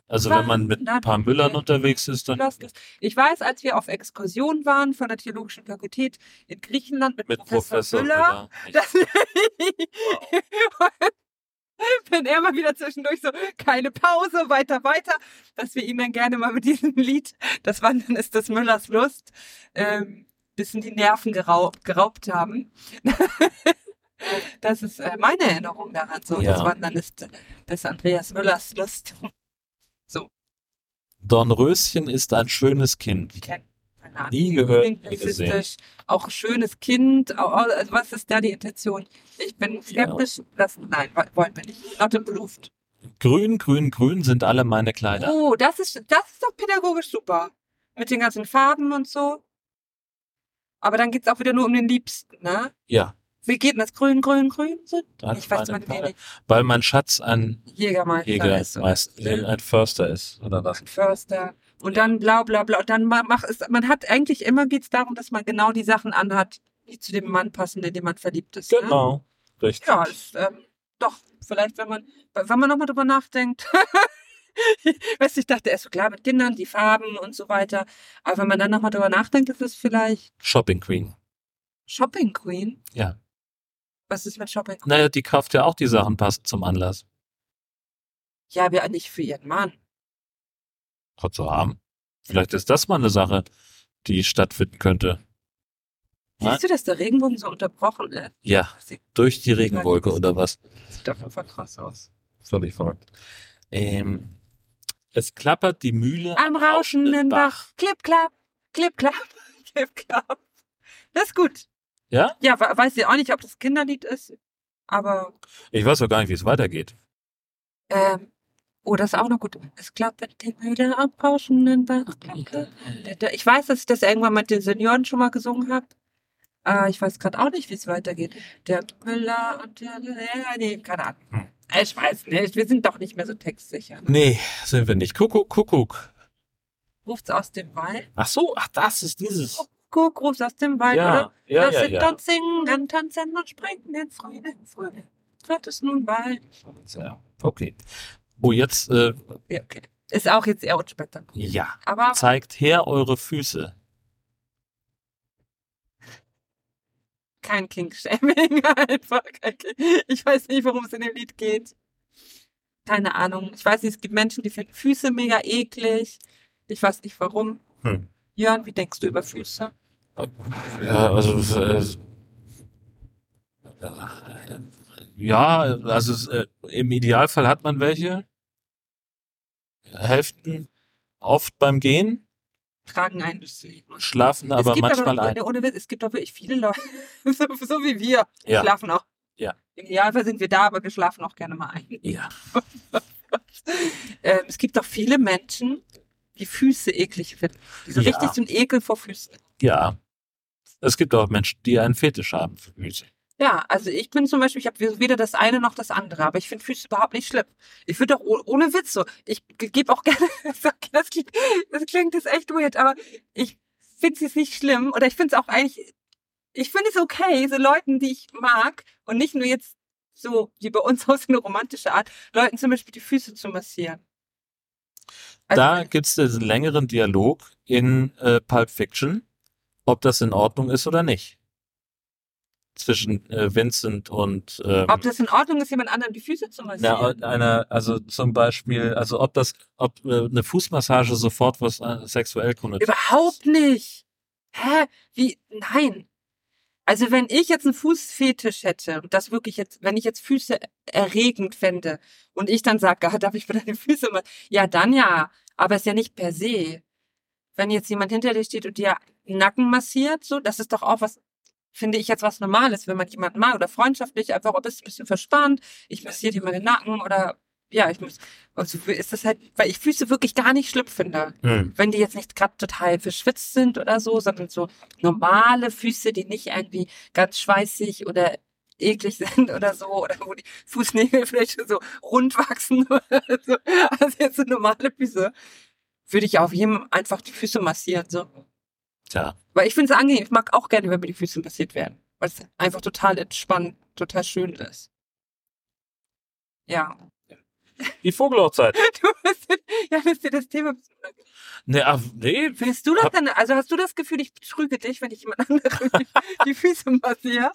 Speaker 1: Also wenn man mit ein paar Müllern unterwegs ist, dann
Speaker 2: Lass das. Ich weiß, als wir auf Exkursion waren von der Theologischen Fakultät in Griechenland mit,
Speaker 1: mit
Speaker 2: Professor,
Speaker 1: Professor
Speaker 2: Müller,
Speaker 1: Müller.
Speaker 2: Das Wenn er mal wieder zwischendurch so, keine Pause, weiter, weiter, dass wir ihn dann gerne mal mit diesem Lied, das Wandern ist des Müllers Lust, ähm, bisschen die Nerven geraubt, geraubt haben. das ist äh, meine Erinnerung daran, so
Speaker 1: Ja.
Speaker 2: das Wandern ist des Andreas Müllers Lust.
Speaker 1: Dornröschen ist ein schönes Kind.
Speaker 2: Keine Ahnung.
Speaker 1: Nie gehört,
Speaker 2: Klingt
Speaker 1: nie gesehen.
Speaker 2: rassistisch. Auch schönes Kind. Au- au- Also was ist da die Intention? Ich bin skeptisch. Das, nein, wollen wir nicht. Not improved.
Speaker 1: Grün, grün, grün sind alle meine Kleider.
Speaker 2: Oh, das ist, das ist doch pädagogisch super. Mit den ganzen Farben und so. Aber dann geht's auch wieder nur um den Liebsten, ne?
Speaker 1: Ja.
Speaker 2: Wie geht denn das? Grün, grün, grün? So?
Speaker 1: alle
Speaker 2: Ich weiß
Speaker 1: meine
Speaker 2: mal
Speaker 1: Kleider.
Speaker 2: nicht.
Speaker 1: Weil mein Schatz ein
Speaker 2: Jägermeister
Speaker 1: Jäger,
Speaker 2: ist. Hm? Und
Speaker 1: meist, nee, ein Förster ist. Oder was?
Speaker 2: Förster. Und dann bla bla bla. Und dann ma- mach es. Man hat eigentlich immer geht's darum, dass man genau die Sachen anhat, die zu dem Mann passen, in den man verliebt ist. Ne?
Speaker 1: Genau. Richtig.
Speaker 2: Ja, ist, ähm, doch, vielleicht, wenn man, wenn man nochmal drüber nachdenkt. weißt du, ich dachte erst so klar mit Kindern, die Farben und so weiter. Aber wenn man dann nochmal drüber nachdenkt, ist es vielleicht
Speaker 1: Shopping Queen.
Speaker 2: Shopping Queen.
Speaker 1: Ja.
Speaker 2: Was ist mit Shopping Queen?
Speaker 1: Naja, die kauft ja auch die Sachen passend zum Anlass.
Speaker 2: Ja, aber nicht für ihren Mann.
Speaker 1: zu haben. Vielleicht ist das mal eine Sache, die stattfinden könnte.
Speaker 2: Siehst du, dass der Regenbogen so unterbrochen ist?
Speaker 1: Ja, durch die Regenwolke oder was?
Speaker 2: Sieht doch einfach krass aus.
Speaker 1: Völlig verrückt. Ähm, es klappert die Mühle
Speaker 2: Am rauschenden
Speaker 1: Bach.
Speaker 2: Bach. Klipp, klapp, klipp, klapp, klipp, klapp. Das ist gut.
Speaker 1: Ja?
Speaker 2: Ja, we- weiß ich auch nicht, ob das Kinderlied ist, aber,
Speaker 1: Ich weiß auch gar nicht, wie es weitergeht.
Speaker 2: ähm, oh, das ist auch noch gut. Es klappert die Mühle am rauschenden Bach. Klapp, klapp. Äh, Ich weiß, dass ich das irgendwann mit den Senioren schon mal gesungen habe. Äh, ich weiß gerade auch nicht, wie es weitergeht. Der Müller und der, ja, nee, keine
Speaker 1: Hm.
Speaker 2: Ahnung. Ich weiß nicht, wir sind doch nicht mehr so textsicher.
Speaker 1: Nee, sind wir nicht. Kuckuck, Kuckuck.
Speaker 2: Ruft's aus dem Wald?
Speaker 1: Ach so, ach, das ist dieses.
Speaker 2: Guck, ruf's aus dem Wald, oder?
Speaker 1: Ja, ja,
Speaker 2: Lass
Speaker 1: ja.
Speaker 2: ja,
Speaker 1: ja.
Speaker 2: uns singen, tanzen und springen in Freude, in Freude. Wird es nun bald.
Speaker 1: ja. Okay. Oh, jetzt, äh,
Speaker 2: Ja, okay. Ist auch jetzt eher unspektakulär.
Speaker 1: ja.
Speaker 2: Aber
Speaker 1: Zeigt her eure Füße.
Speaker 2: kein King-Shaming einfach. Kein King ich weiß nicht, worum es in dem Lied geht. Keine Ahnung. Ich weiß nicht, es gibt Menschen, die finden Füße mega eklig. Ich weiß nicht warum.
Speaker 1: Hm.
Speaker 2: Jörn, wie denkst du über Füße?
Speaker 1: Ja, also, äh, ja, also es, äh, im Idealfall hat man welche. Hälften oft beim Gehen,
Speaker 2: Tragen ein. Es
Speaker 1: schlafen aber
Speaker 2: gibt
Speaker 1: manchmal
Speaker 2: aber,
Speaker 1: ein.
Speaker 2: Ohne Witz, es gibt doch wirklich viele Leute, so, so wie wir, die
Speaker 1: Ja.
Speaker 2: schlafen auch.
Speaker 1: Ja.
Speaker 2: Im Idealfall sind wir da, aber wir schlafen auch gerne mal ein.
Speaker 1: Ja.
Speaker 2: Ähm, es gibt doch viele Menschen, die Füße eklig finden. Die so
Speaker 1: Ja.
Speaker 2: richtig so einen Ekel vor Füßen.
Speaker 1: ja. Es gibt auch Menschen, die einen Fetisch haben für Füße.
Speaker 2: Ja, also ich bin zum Beispiel, ich habe weder das eine noch das andere, aber ich finde Füße überhaupt nicht schlimm. Ich finde doch oh- ohne Witz so, ich gebe auch gerne, das klingt, das klingt jetzt echt weird, aber ich finde es jetzt nicht schlimm oder ich finde es auch eigentlich, ich finde es okay, so Leuten, die ich mag und nicht nur jetzt so wie bei uns aus eine romantische Art, Leuten zum Beispiel die Füße zu massieren. Also-
Speaker 1: da gibt's diesen längeren Dialog in äh, Pulp Fiction, ob das in Ordnung ist oder nicht. Zwischen äh, Vincent und ähm,
Speaker 2: Ob das in Ordnung ist, jemand anderem die Füße zu
Speaker 1: na,
Speaker 2: massieren?
Speaker 1: einer, also zum Beispiel, also ob das, ob äh, eine Fußmassage sofort was äh, sexuell konnotiert.
Speaker 2: Überhaupt nicht. Hä? Wie? Nein. Also wenn ich jetzt einen Fußfetisch hätte und das wirklich jetzt, wenn ich jetzt Füße erregend fände und ich dann sage, ah, darf ich mir deine Füße mal? Ja, dann ja. Aber ist ja nicht per se. Wenn jetzt jemand hinter dir steht und dir den Nacken massiert, so, das ist doch auch was, finde ich jetzt was Normales, wenn man jemanden mag oder freundschaftlich einfach, oh, bist du ein bisschen verspannt, ich massiere dir mal den Nacken oder ja, ich muss. Und so ist das halt, weil ich Füße wirklich gar nicht schlimm finde
Speaker 1: Hm.
Speaker 2: wenn die jetzt nicht gerade total verschwitzt sind oder so, sondern so normale Füße, die nicht irgendwie ganz schweißig oder eklig sind oder so, oder wo die Fußnägel vielleicht schon so rund wachsen oder so. Also jetzt so normale Füße, würde ich auf jedem einfach die Füße massieren, so.
Speaker 1: Tja.
Speaker 2: Weil ich finde es angenehm, ich mag auch gerne, wenn mir die Füße massiert werden, weil es einfach total entspannt, total schön ist. Ja.
Speaker 1: Die Vogelhochzeit.
Speaker 2: Du bist, ja, das ist dir das Thema
Speaker 1: Nee, Ne, ach, nee.
Speaker 2: Findest du das
Speaker 1: Hab-
Speaker 2: denn, also hast du das Gefühl, ich betrüge dich, wenn ich jemand anderem die, die Füße massiere?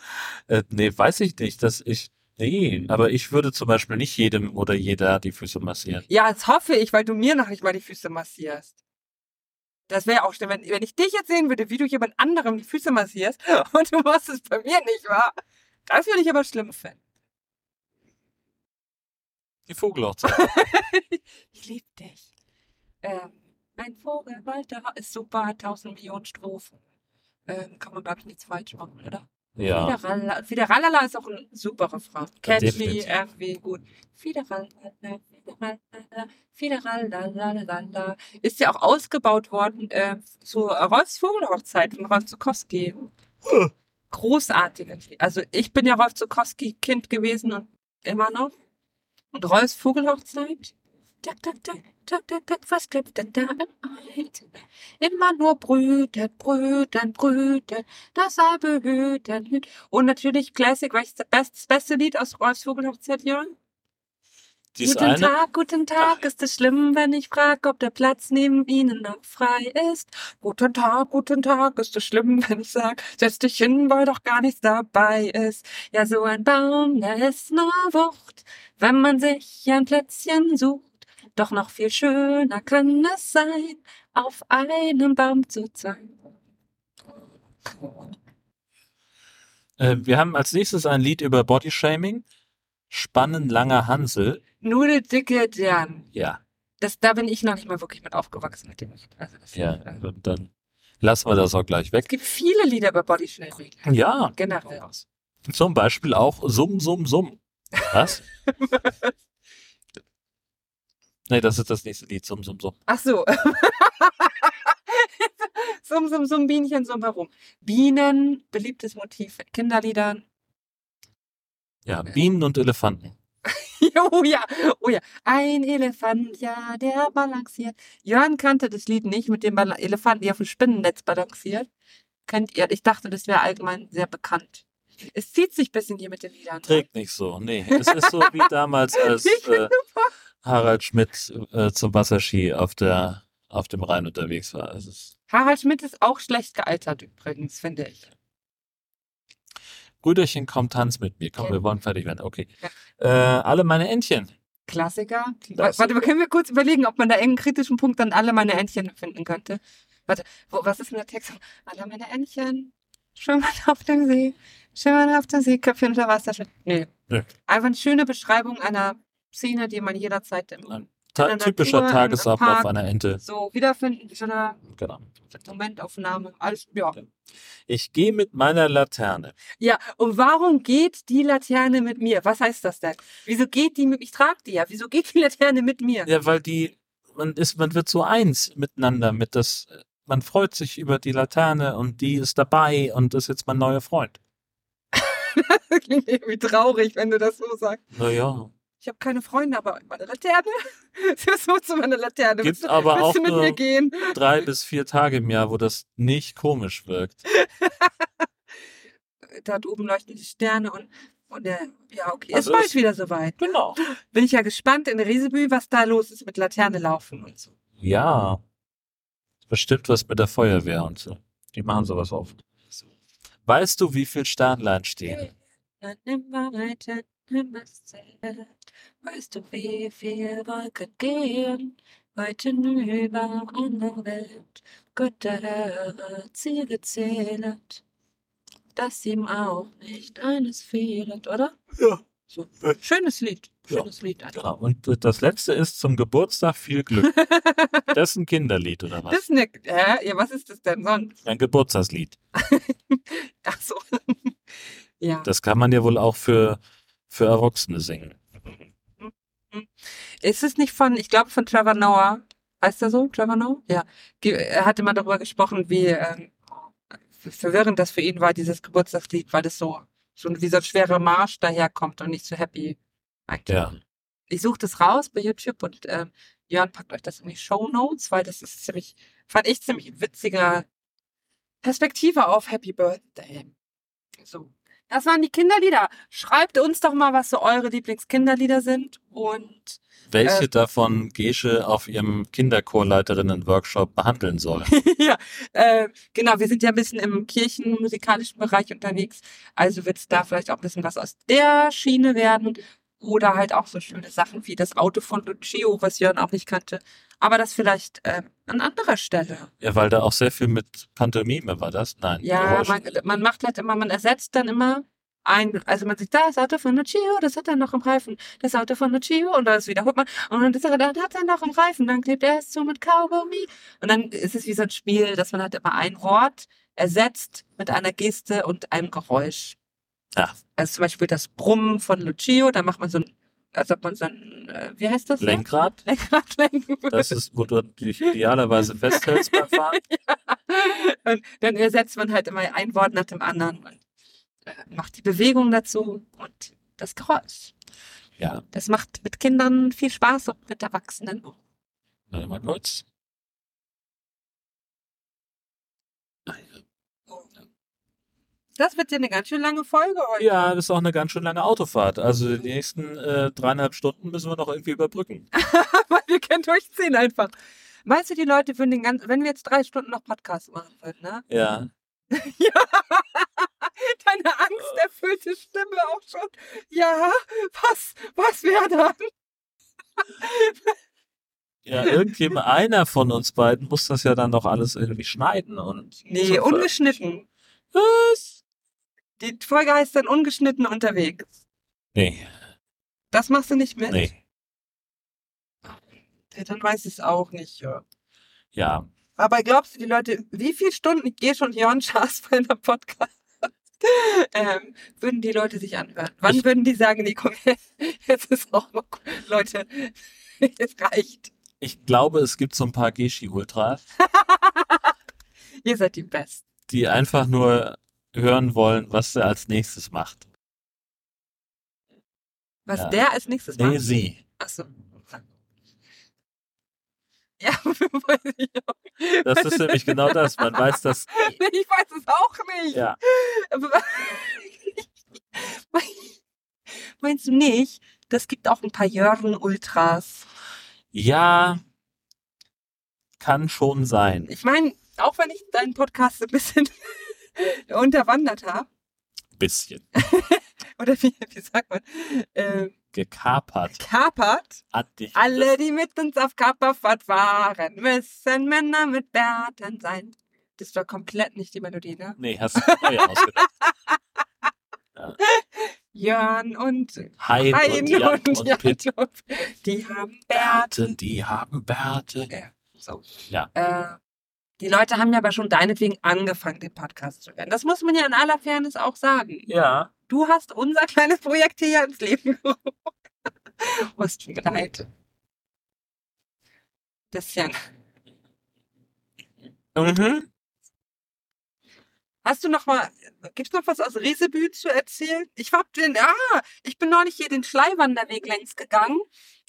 Speaker 1: Äh, nee, weiß ich nicht, dass ich. Nee, aber ich würde zum Beispiel nicht jedem oder jeder die Füße massieren.
Speaker 2: Ja, das hoffe ich, weil du mir noch nicht mal die Füße massierst. Das wäre auch schlimm, wenn, wenn ich dich jetzt sehen würde, wie du jemand anderem die Füße massierst und du machst es bei mir nicht, wahr? Das würde ich aber schlimm finden.
Speaker 1: Die Vogelhochzeit.
Speaker 2: Ich liebe dich. Ähm, ein Vogel, Walter, ist super, tausend Millionen Strophen. Ähm, kann man, glaube ich, nichts falsch machen, oder?
Speaker 1: ja.
Speaker 2: Fideralla. Fideralla ist auch ein super Refrain. Catch me,
Speaker 1: definitiv.
Speaker 2: irgendwie gut. Fideralla, Fideralla, Fideralla, Ist ja auch ausgebaut worden äh, zu Rolfs Vogelhochzeit von Rolf Zukowski. Großartiger Lied. Also ich bin ja Rolf Zukowski Kind gewesen und immer noch. Und Rolfs Vogelhochzeit. Tak, tak, tak, tak, tak, tak, was gibt denn da im Eid? Immer nur brüten, brüten, brüten, das sei behüten, hüt. Und natürlich Classic, welches das best- das beste Lied aus Rolfs Vogelhochzeit, Jürgen?
Speaker 1: Dies
Speaker 2: guten
Speaker 1: eine.
Speaker 2: Tag, guten Tag, ist es schlimm, wenn ich frag, ob der Platz neben Ihnen noch frei ist? Guten Tag, guten Tag, ist es schlimm, wenn ich sag, setz dich hin, weil doch gar nichts dabei ist. Ja, so ein Baum, da ist nur Wucht, wenn man sich ein Plätzchen sucht. Doch noch viel schöner kann es sein, auf einem Baum zu zweit.
Speaker 1: Äh, wir haben als nächstes ein Lied über Bodyshaming. Spannenlanger Hansel.
Speaker 2: Nudeldicke Jan.
Speaker 1: Ja,
Speaker 2: Das, da bin ich noch nicht mal wirklich mit aufgewachsen mit dem. Lied. Also das
Speaker 1: ja.
Speaker 2: Also,
Speaker 1: Und dann lassen wir das auch gleich
Speaker 2: es
Speaker 1: weg.
Speaker 2: gibt viele Lieder über Bodyshaming.
Speaker 1: Ja.
Speaker 2: Generell.
Speaker 1: Zum Beispiel auch Summ, Summ, Summ. Was? nee, das ist das nächste Lied. Summ, Summ, Summ.
Speaker 2: Ach so. sum, sum, sum, Bienchen, sum herum. Bienen, beliebtes Motiv in Kinderliedern.
Speaker 1: Ja, Bienen und Elefanten.
Speaker 2: Oh ja, oh ja. Ein Elefant, ja, der balanciert. Jörn kannte das Lied nicht mit dem Bal- Elefanten, der auf dem Spinnennetz balanciert. Kennt ihr? Ich dachte, das wäre allgemein sehr bekannt. Es zieht sich ein bisschen hier mit den Liedern.
Speaker 1: Trägt nicht so. Nee, es ist so wie damals, als äh, Harald Schmidt äh, zum Wasserski auf, der, auf dem Rhein unterwegs war. Es ist
Speaker 2: Harald Schmidt ist auch schlecht gealtert übrigens, finde ich.
Speaker 1: Brüderchen, komm, tanz mit mir. Komm,
Speaker 2: Mhm. Ja.
Speaker 1: wir wollen fertig werden. Okay. Äh, alle meine Entchen.
Speaker 2: Klassiker.
Speaker 1: Klassiker.
Speaker 2: Warte, wir können wir kurz überlegen, ob man da irgendeinen kritischen Punkt an alle meine Entchen finden könnte. Warte, wo, was ist denn der Text? Alle meine Entchen schwimmen auf dem See, schwimmen auf dem See, Köpfchen unter Wasser. schwimmen. Nee.
Speaker 1: Nö.
Speaker 2: Einfach eine schöne Beschreibung einer Szene, die man jederzeit im,
Speaker 1: Ein Ta
Speaker 2: In der
Speaker 1: typischer
Speaker 2: Natur, in einem
Speaker 1: Tagesablauf
Speaker 2: Park.
Speaker 1: einer Ente.
Speaker 2: so wiederfinden, so eine
Speaker 1: Genau.
Speaker 2: Momentaufnahme, alles, ja.
Speaker 1: Ich gehe mit meiner Laterne.
Speaker 2: Ja, und warum geht die Laterne mit mir? Was heißt das denn? Wieso geht die mit, ich trage die ja, wieso geht die Laterne mit mir?
Speaker 1: Ja, weil die, man ist, man wird so eins miteinander, mit das, man freut sich über die Laterne und die ist dabei und ist jetzt mein neuer Freund.
Speaker 2: Das klingt irgendwie traurig, wenn du das so sagst.
Speaker 1: Naja.
Speaker 2: Ich habe keine Freunde, aber meine Laterne. Das wird zu meiner Laterne.
Speaker 1: Gibt
Speaker 2: Willst du,
Speaker 1: aber
Speaker 2: willst
Speaker 1: auch
Speaker 2: du mit
Speaker 1: nur-
Speaker 2: mir gehen?
Speaker 1: Drei bis vier Tage im Jahr, wo das nicht komisch wirkt.
Speaker 2: Da oben leuchten die Sterne und, und der, ja, okay.
Speaker 1: Also
Speaker 2: ist bald
Speaker 1: ist-
Speaker 2: wieder soweit.
Speaker 1: Genau.
Speaker 2: Bin ich ja gespannt in Riesebü, was da los ist mit Laterne laufen und so.
Speaker 1: Ja. Bestimmt was mit der Feuerwehr und so. Die machen sowas oft. Weißt du, wie viel Sternlein stehen?
Speaker 2: Dann nimm mal weiter, nimm es zählen. Weißt du, wie viel Wolken gehen? Heute über eine Welt. Götter höre Ziele zählend, dass ihm auch nicht eines fehlt, oder?
Speaker 1: Ja.
Speaker 2: So. Schönes Lied.
Speaker 1: Ja.
Speaker 2: Schönes Lied.
Speaker 1: Genau. Und das letzte ist zum Geburtstag viel Glück. Das ist ein Kinderlied oder
Speaker 2: Das
Speaker 1: was?
Speaker 2: ist eine, hä? Ja, was ist das denn sonst?
Speaker 1: Ein Geburtstagslied.
Speaker 2: Ach so. ja.
Speaker 1: Das kann man ja wohl auch für, für Erwachsene singen.
Speaker 2: Ist es nicht von, ich glaube von Trevor Noah, heißt er so, Trevor Noah? Ja. Ge- Er hatte mal darüber gesprochen, wie ähm, verwirrend das für ihn war, dieses Geburtstagslied, weil das so schon wie so ein schwerer Marsch daherkommt und nicht so happy. Eigentlich.
Speaker 1: Ja.
Speaker 2: Ich suche das raus bei YouTube und ähm, Jörn packt euch das in die Show Notes, weil das ist ziemlich, fand ich ziemlich witziger Perspektive auf Happy Birthday. So. Das waren die Kinderlieder. Schreibt uns doch mal, was so eure Lieblingskinderlieder sind und
Speaker 1: Welche
Speaker 2: Äh,
Speaker 1: davon Gesche auf ihrem Kinderchorleiterinnen-Workshop behandeln soll?
Speaker 2: ja, äh, genau, wir sind ja ein bisschen im kirchenmusikalischen Bereich unterwegs. Also wird es da vielleicht auch ein bisschen was aus der Schiene werden. Oder halt auch so schöne Sachen wie das Auto von Lucio, was Jörn auch nicht kannte. Aber das vielleicht äh, an anderer Stelle.
Speaker 1: ja, weil da auch sehr viel mit Pantomime war das? Nein.
Speaker 2: Ja,
Speaker 1: Geräusch.
Speaker 2: man, man macht halt immer, man ersetzt dann immer ein, also man sieht, da ist Auto von Lucio, das hat er noch im Reifen, das Auto von Lucio und das wiederholt man und dann ist er, das hat er noch im Reifen, dann klebt er es zu mit Kaugummi und dann ist es wie so ein Spiel, dass man halt immer ein Wort ersetzt mit einer Geste und einem Geräusch.
Speaker 1: Ja.
Speaker 2: Also zum Beispiel das Brummen von Lucio, da macht man so ein, als ob man so ein, äh, wie heißt das? ne?
Speaker 1: Lenkrad?
Speaker 2: Lenkrad lenken würde.
Speaker 1: Das ist, wo du dich idealerweise festhältst beim Fahren.
Speaker 2: Und dann ersetzt man halt immer ein Wort nach dem anderen und äh, macht die Bewegung dazu und das Geräusch.
Speaker 1: Ja,
Speaker 2: Das macht mit Kindern viel Spaß und mit Erwachsenen auch.
Speaker 1: warte mal kurz.
Speaker 2: Das wird ja eine ganz schön lange Folge heute.
Speaker 1: Ja, das ist auch eine ganz schön lange Autofahrt. Also die nächsten äh, dreieinhalb Stunden müssen wir noch irgendwie überbrücken.
Speaker 2: Aber wir können durchziehen einfach. Meinst du, die Leute würden den ganzen, wenn wir jetzt drei Stunden noch Podcast machen würden, ne?
Speaker 1: Ja.
Speaker 2: Deine angsterfüllte Stimme auch schon. Ja, was, was wäre dann?
Speaker 1: Ja, irgendjemand, einer von uns beiden muss das ja dann doch alles irgendwie schneiden und.
Speaker 2: Nee, ungeschnitten.
Speaker 1: Was?
Speaker 2: Die Folge heißt dann ungeschnitten unterwegs.
Speaker 1: Nee,
Speaker 2: Das machst du nicht mit?
Speaker 1: nee.
Speaker 2: Ja, dann weiß ich es auch nicht. Ja.
Speaker 1: Ja.
Speaker 2: Aber glaubst du, die Leute, wie viele Stunden Gesch und Jörn Schaas bei einem Podcast ähm, würden die Leute sich anhören? Wann
Speaker 1: Ich-
Speaker 2: würden die sagen, nee, komm, jetzt ist auch mal gut. Leute, es reicht.
Speaker 1: Ich glaube, es gibt so ein paar Geschi-Ultras,
Speaker 2: Ihr seid die Besten.
Speaker 1: die einfach nur hören wollen, was er als nächstes macht.
Speaker 2: Was
Speaker 1: Ja.
Speaker 2: der als nächstes
Speaker 1: Nee,
Speaker 2: macht?
Speaker 1: sie.
Speaker 2: Achso. Ja, weiß ich auch.
Speaker 1: Das ist nämlich genau das. Man weiß das.
Speaker 2: Ich weiß es auch nicht.
Speaker 1: Ja.
Speaker 2: Aber- Meinst du nicht? Das gibt auch ein paar Jörn-Ultras.
Speaker 1: Ja. Kann schon sein.
Speaker 2: Ich meine, auch wenn ich deinen Podcast ein bisschen unterwandert habe,
Speaker 1: Bisschen.
Speaker 2: oder wie, wie sagt man, äh,
Speaker 1: Gekapert.
Speaker 2: kapert,
Speaker 1: Hat dich.
Speaker 2: alle, die mit uns auf Kaperfahrt waren, müssen Männer mit Bärten sein. Das war komplett nicht die Melodie, ne?
Speaker 1: Nee, hast du neu ausgedacht.
Speaker 2: Jörn und
Speaker 1: Hein und
Speaker 2: Hein
Speaker 1: Jan und,
Speaker 2: Jan
Speaker 1: Pitt.
Speaker 2: und- die haben Bärte.
Speaker 1: die haben Bärte.
Speaker 2: So.
Speaker 1: Ja.
Speaker 2: Äh, die Leute haben ja aber schon deinetwegen angefangen, den Podcast zu hören. Das muss man ja in aller Fairness auch sagen.
Speaker 1: Ja.
Speaker 2: Du hast unser kleines Projekt hier ins Leben gerufen. Was tut mir leid. Bisschen.
Speaker 1: Mhm.
Speaker 2: Hast du noch mal, gibt's noch was aus Riesebü zu erzählen? Ich hab den, ah, ich bin neulich hier den Schleiwanderweg längs gegangen.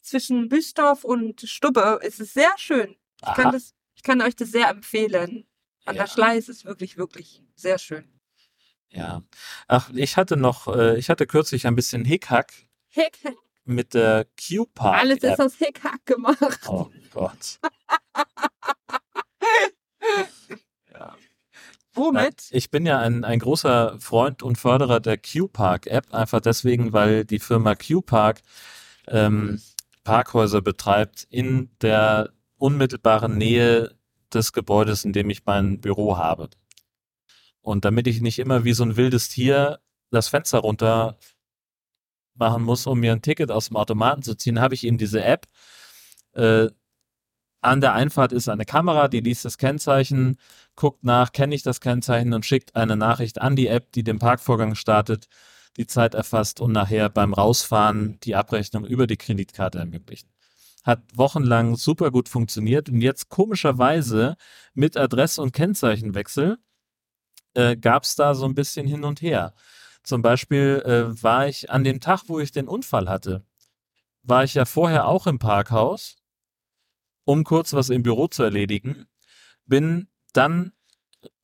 Speaker 2: Zwischen Büsdorf und Stubbe. Es ist sehr schön. Ich kann, das, ich kann euch das sehr empfehlen. An
Speaker 1: ja.
Speaker 2: der Schlei ist es wirklich, wirklich sehr schön.
Speaker 1: ja. Ach, ich hatte noch, äh, ich hatte kürzlich ein bisschen Hickhack
Speaker 2: Hick,
Speaker 1: mit der Q-Park.
Speaker 2: alles ist aus Hickhack gemacht.
Speaker 1: Oh Gott. ja.
Speaker 2: Womit?
Speaker 1: Ich bin ja ein, ein großer Freund und Förderer der Q-Park-App, einfach deswegen, weil die Firma Q-Park ähm, Parkhäuser betreibt in der unmittelbaren Nähe des Gebäudes, in dem ich mein Büro habe. Und damit ich nicht immer wie so ein wildes Tier das Fenster runter machen muss, um mir ein Ticket aus dem Automaten zu ziehen, habe ich eben diese App. Äh, an der Einfahrt ist eine Kamera, die liest das Kennzeichen, guckt nach, kenne ich das Kennzeichen und schickt eine Nachricht an die App, die den Parkvorgang startet, die Zeit erfasst und nachher beim Rausfahren die Abrechnung über die Kreditkarte ermöglicht. Hat wochenlang super gut funktioniert und jetzt komischerweise mit Adresse- und Kennzeichenwechsel äh, gab es da so ein bisschen hin und her. Zum Beispiel äh, war ich an dem Tag, wo ich den Unfall hatte, war ich ja vorher auch im Parkhaus, um kurz was im Büro zu erledigen, bin dann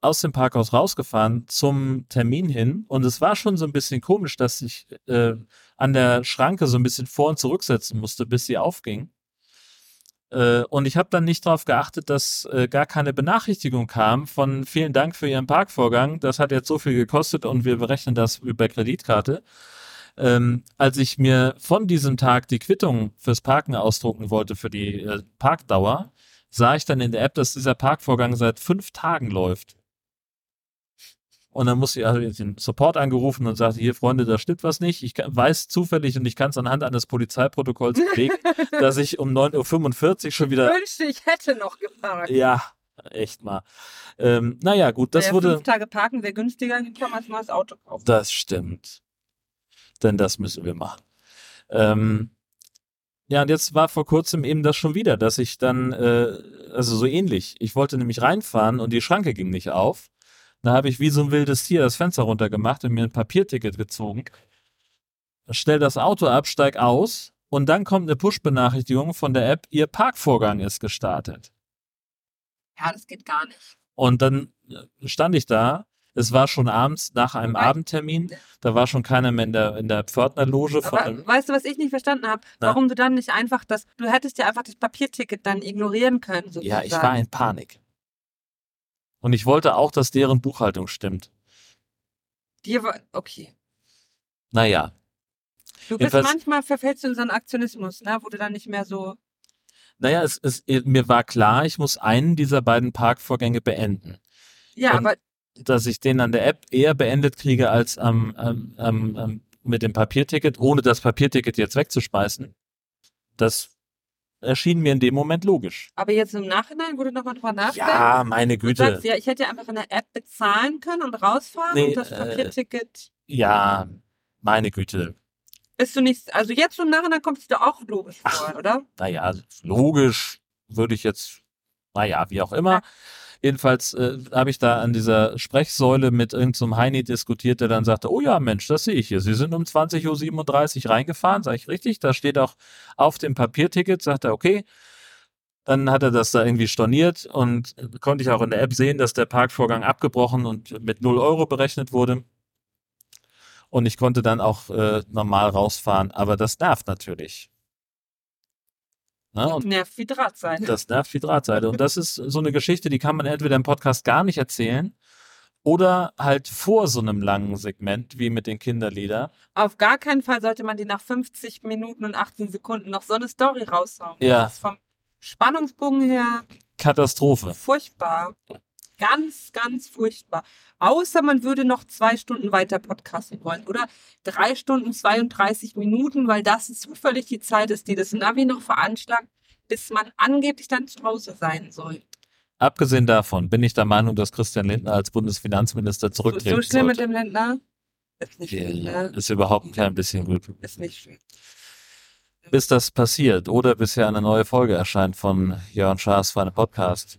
Speaker 1: aus dem Parkhaus rausgefahren zum Termin hin und es war schon so ein bisschen komisch, dass ich äh, an der Schranke so ein bisschen vor und zurücksetzen musste, bis sie aufging. Äh, und ich habe dann nicht darauf geachtet, dass äh, gar keine Benachrichtigung kam von vielen Dank für Ihren Parkvorgang. Das hat jetzt so viel gekostet und wir berechnen das über Kreditkarte. Ähm, als ich mir von diesem Tag die Quittung fürs Parken ausdrucken wollte für die äh, Parkdauer, sah ich dann in der App, dass dieser Parkvorgang seit fünf Tagen läuft. Und dann musste ich also den Support angerufen und sagte, hier Freunde, da stimmt was nicht. Ich kann- weiß zufällig und ich kann es anhand eines Polizeiprotokolls belegen, dass ich um 9.45 Uhr schon wieder...
Speaker 2: Wünschte, ich hätte noch gefragt.
Speaker 1: Ja, echt mal. Ähm, naja, gut, das
Speaker 2: Naja,
Speaker 1: wurde...
Speaker 2: Äh, Fünf Tage parken wäre günstiger, dann kann man ein neues Auto kaufen.
Speaker 1: Das stimmt. Denn das müssen wir machen. Ähm, ja, und jetzt war vor kurzem eben das schon wieder, dass ich dann, äh, also so ähnlich, ich wollte nämlich reinfahren und die Schranke ging nicht auf. Da habe ich wie so ein wildes Tier das Fenster runtergemacht und mir ein Papierticket gezogen. Stell das Auto ab, steig aus und dann kommt eine Push-Benachrichtigung von der App, ihr Parkvorgang ist gestartet.
Speaker 2: Ja, das geht gar nicht.
Speaker 1: Und dann äh, stand ich da. Es war schon abends nach einem
Speaker 2: Nein.
Speaker 1: Abendtermin. Da war schon keiner mehr in der, in der Pförtnerloge. Von
Speaker 2: Aber
Speaker 1: dem,
Speaker 2: weißt du, was ich nicht verstanden habe?
Speaker 1: Na?
Speaker 2: Warum du dann nicht einfach das, du hättest ja einfach das Papierticket dann ignorieren können. Sozusagen.
Speaker 1: ja, ich war in Panik. Und ich wollte auch, dass deren Buchhaltung stimmt.
Speaker 2: Dir war, okay.
Speaker 1: Naja,
Speaker 2: Du bist
Speaker 1: Jedenfalls-
Speaker 2: manchmal verfällst du in so einen Aktionismus, ne, wo du dann nicht mehr so.
Speaker 1: Naja, es, es, mir war klar, ich muss einen dieser beiden Parkvorgänge beenden.
Speaker 2: Ja,
Speaker 1: Und-
Speaker 2: aber
Speaker 1: Dass ich den an der App eher beendet kriege als am, am, am, am, mit dem Papierticket, ohne das Papierticket jetzt wegzuschmeißen. Das erschien mir in dem Moment logisch.
Speaker 2: Aber jetzt im Nachhinein, wo du nochmal drüber nachdenkst,
Speaker 1: Ja, meine Güte.
Speaker 2: sagst du, ja, ich hätte ja einfach in der App bezahlen können und rausfahren
Speaker 1: Nee,
Speaker 2: und das
Speaker 1: äh,
Speaker 2: Papierticket.
Speaker 1: Ja, meine Güte.
Speaker 2: Bist du nicht, also jetzt im Nachhinein kommst du dir auch logisch vor, oder?
Speaker 1: Naja, logisch würde ich jetzt, naja, wie auch immer. Jedenfalls äh, habe ich da an dieser Sprechsäule mit irgendeinem so Heini diskutiert, der dann sagte, oh ja, Mensch, das sehe ich hier. Sie sind um 20.37 Uhr reingefahren, sage ich richtig. Da steht auch auf dem Papierticket, sagt er, okay. Dann hat er das da irgendwie storniert und konnte ich auch in der App sehen, dass der Parkvorgang abgebrochen und mit 0 Euro berechnet wurde. Und ich konnte dann auch äh, normal rausfahren, aber das nervt natürlich. Ne? Und
Speaker 2: Nervt wie Draht sein.
Speaker 1: das nervt wie Drahtseide. Und das ist so eine Geschichte, die kann man entweder im Podcast gar nicht erzählen oder halt vor so einem langen Segment wie mit den Kinderlieder.
Speaker 2: Auf gar keinen Fall sollte man dir nach 50 Minuten und 18 Sekunden noch so eine Story raushauen.
Speaker 1: Ja.
Speaker 2: Das ist vom Spannungsbogen her
Speaker 1: Katastrophe.
Speaker 2: furchtbar. Ganz, ganz furchtbar. Außer man würde noch zwei Stunden weiter podcasten wollen. Oder drei Stunden 32 Minuten, weil das zufällig die Zeit ist, die das Navi noch veranschlagt, bis man angeblich dann zu Hause sein soll.
Speaker 1: Abgesehen davon bin ich der Meinung, dass Christian Lindner als Bundesfinanzminister
Speaker 2: So, so
Speaker 1: zurücktreten
Speaker 2: schlimm mit
Speaker 1: sollte.
Speaker 2: dem Ländner? Ist nicht schön, ne?
Speaker 1: Ist überhaupt kein bisschen gut.
Speaker 2: Ist nicht schön.
Speaker 1: Bis das passiert oder bisher eine neue Folge erscheint von Jörn Schaas für einen Podcast.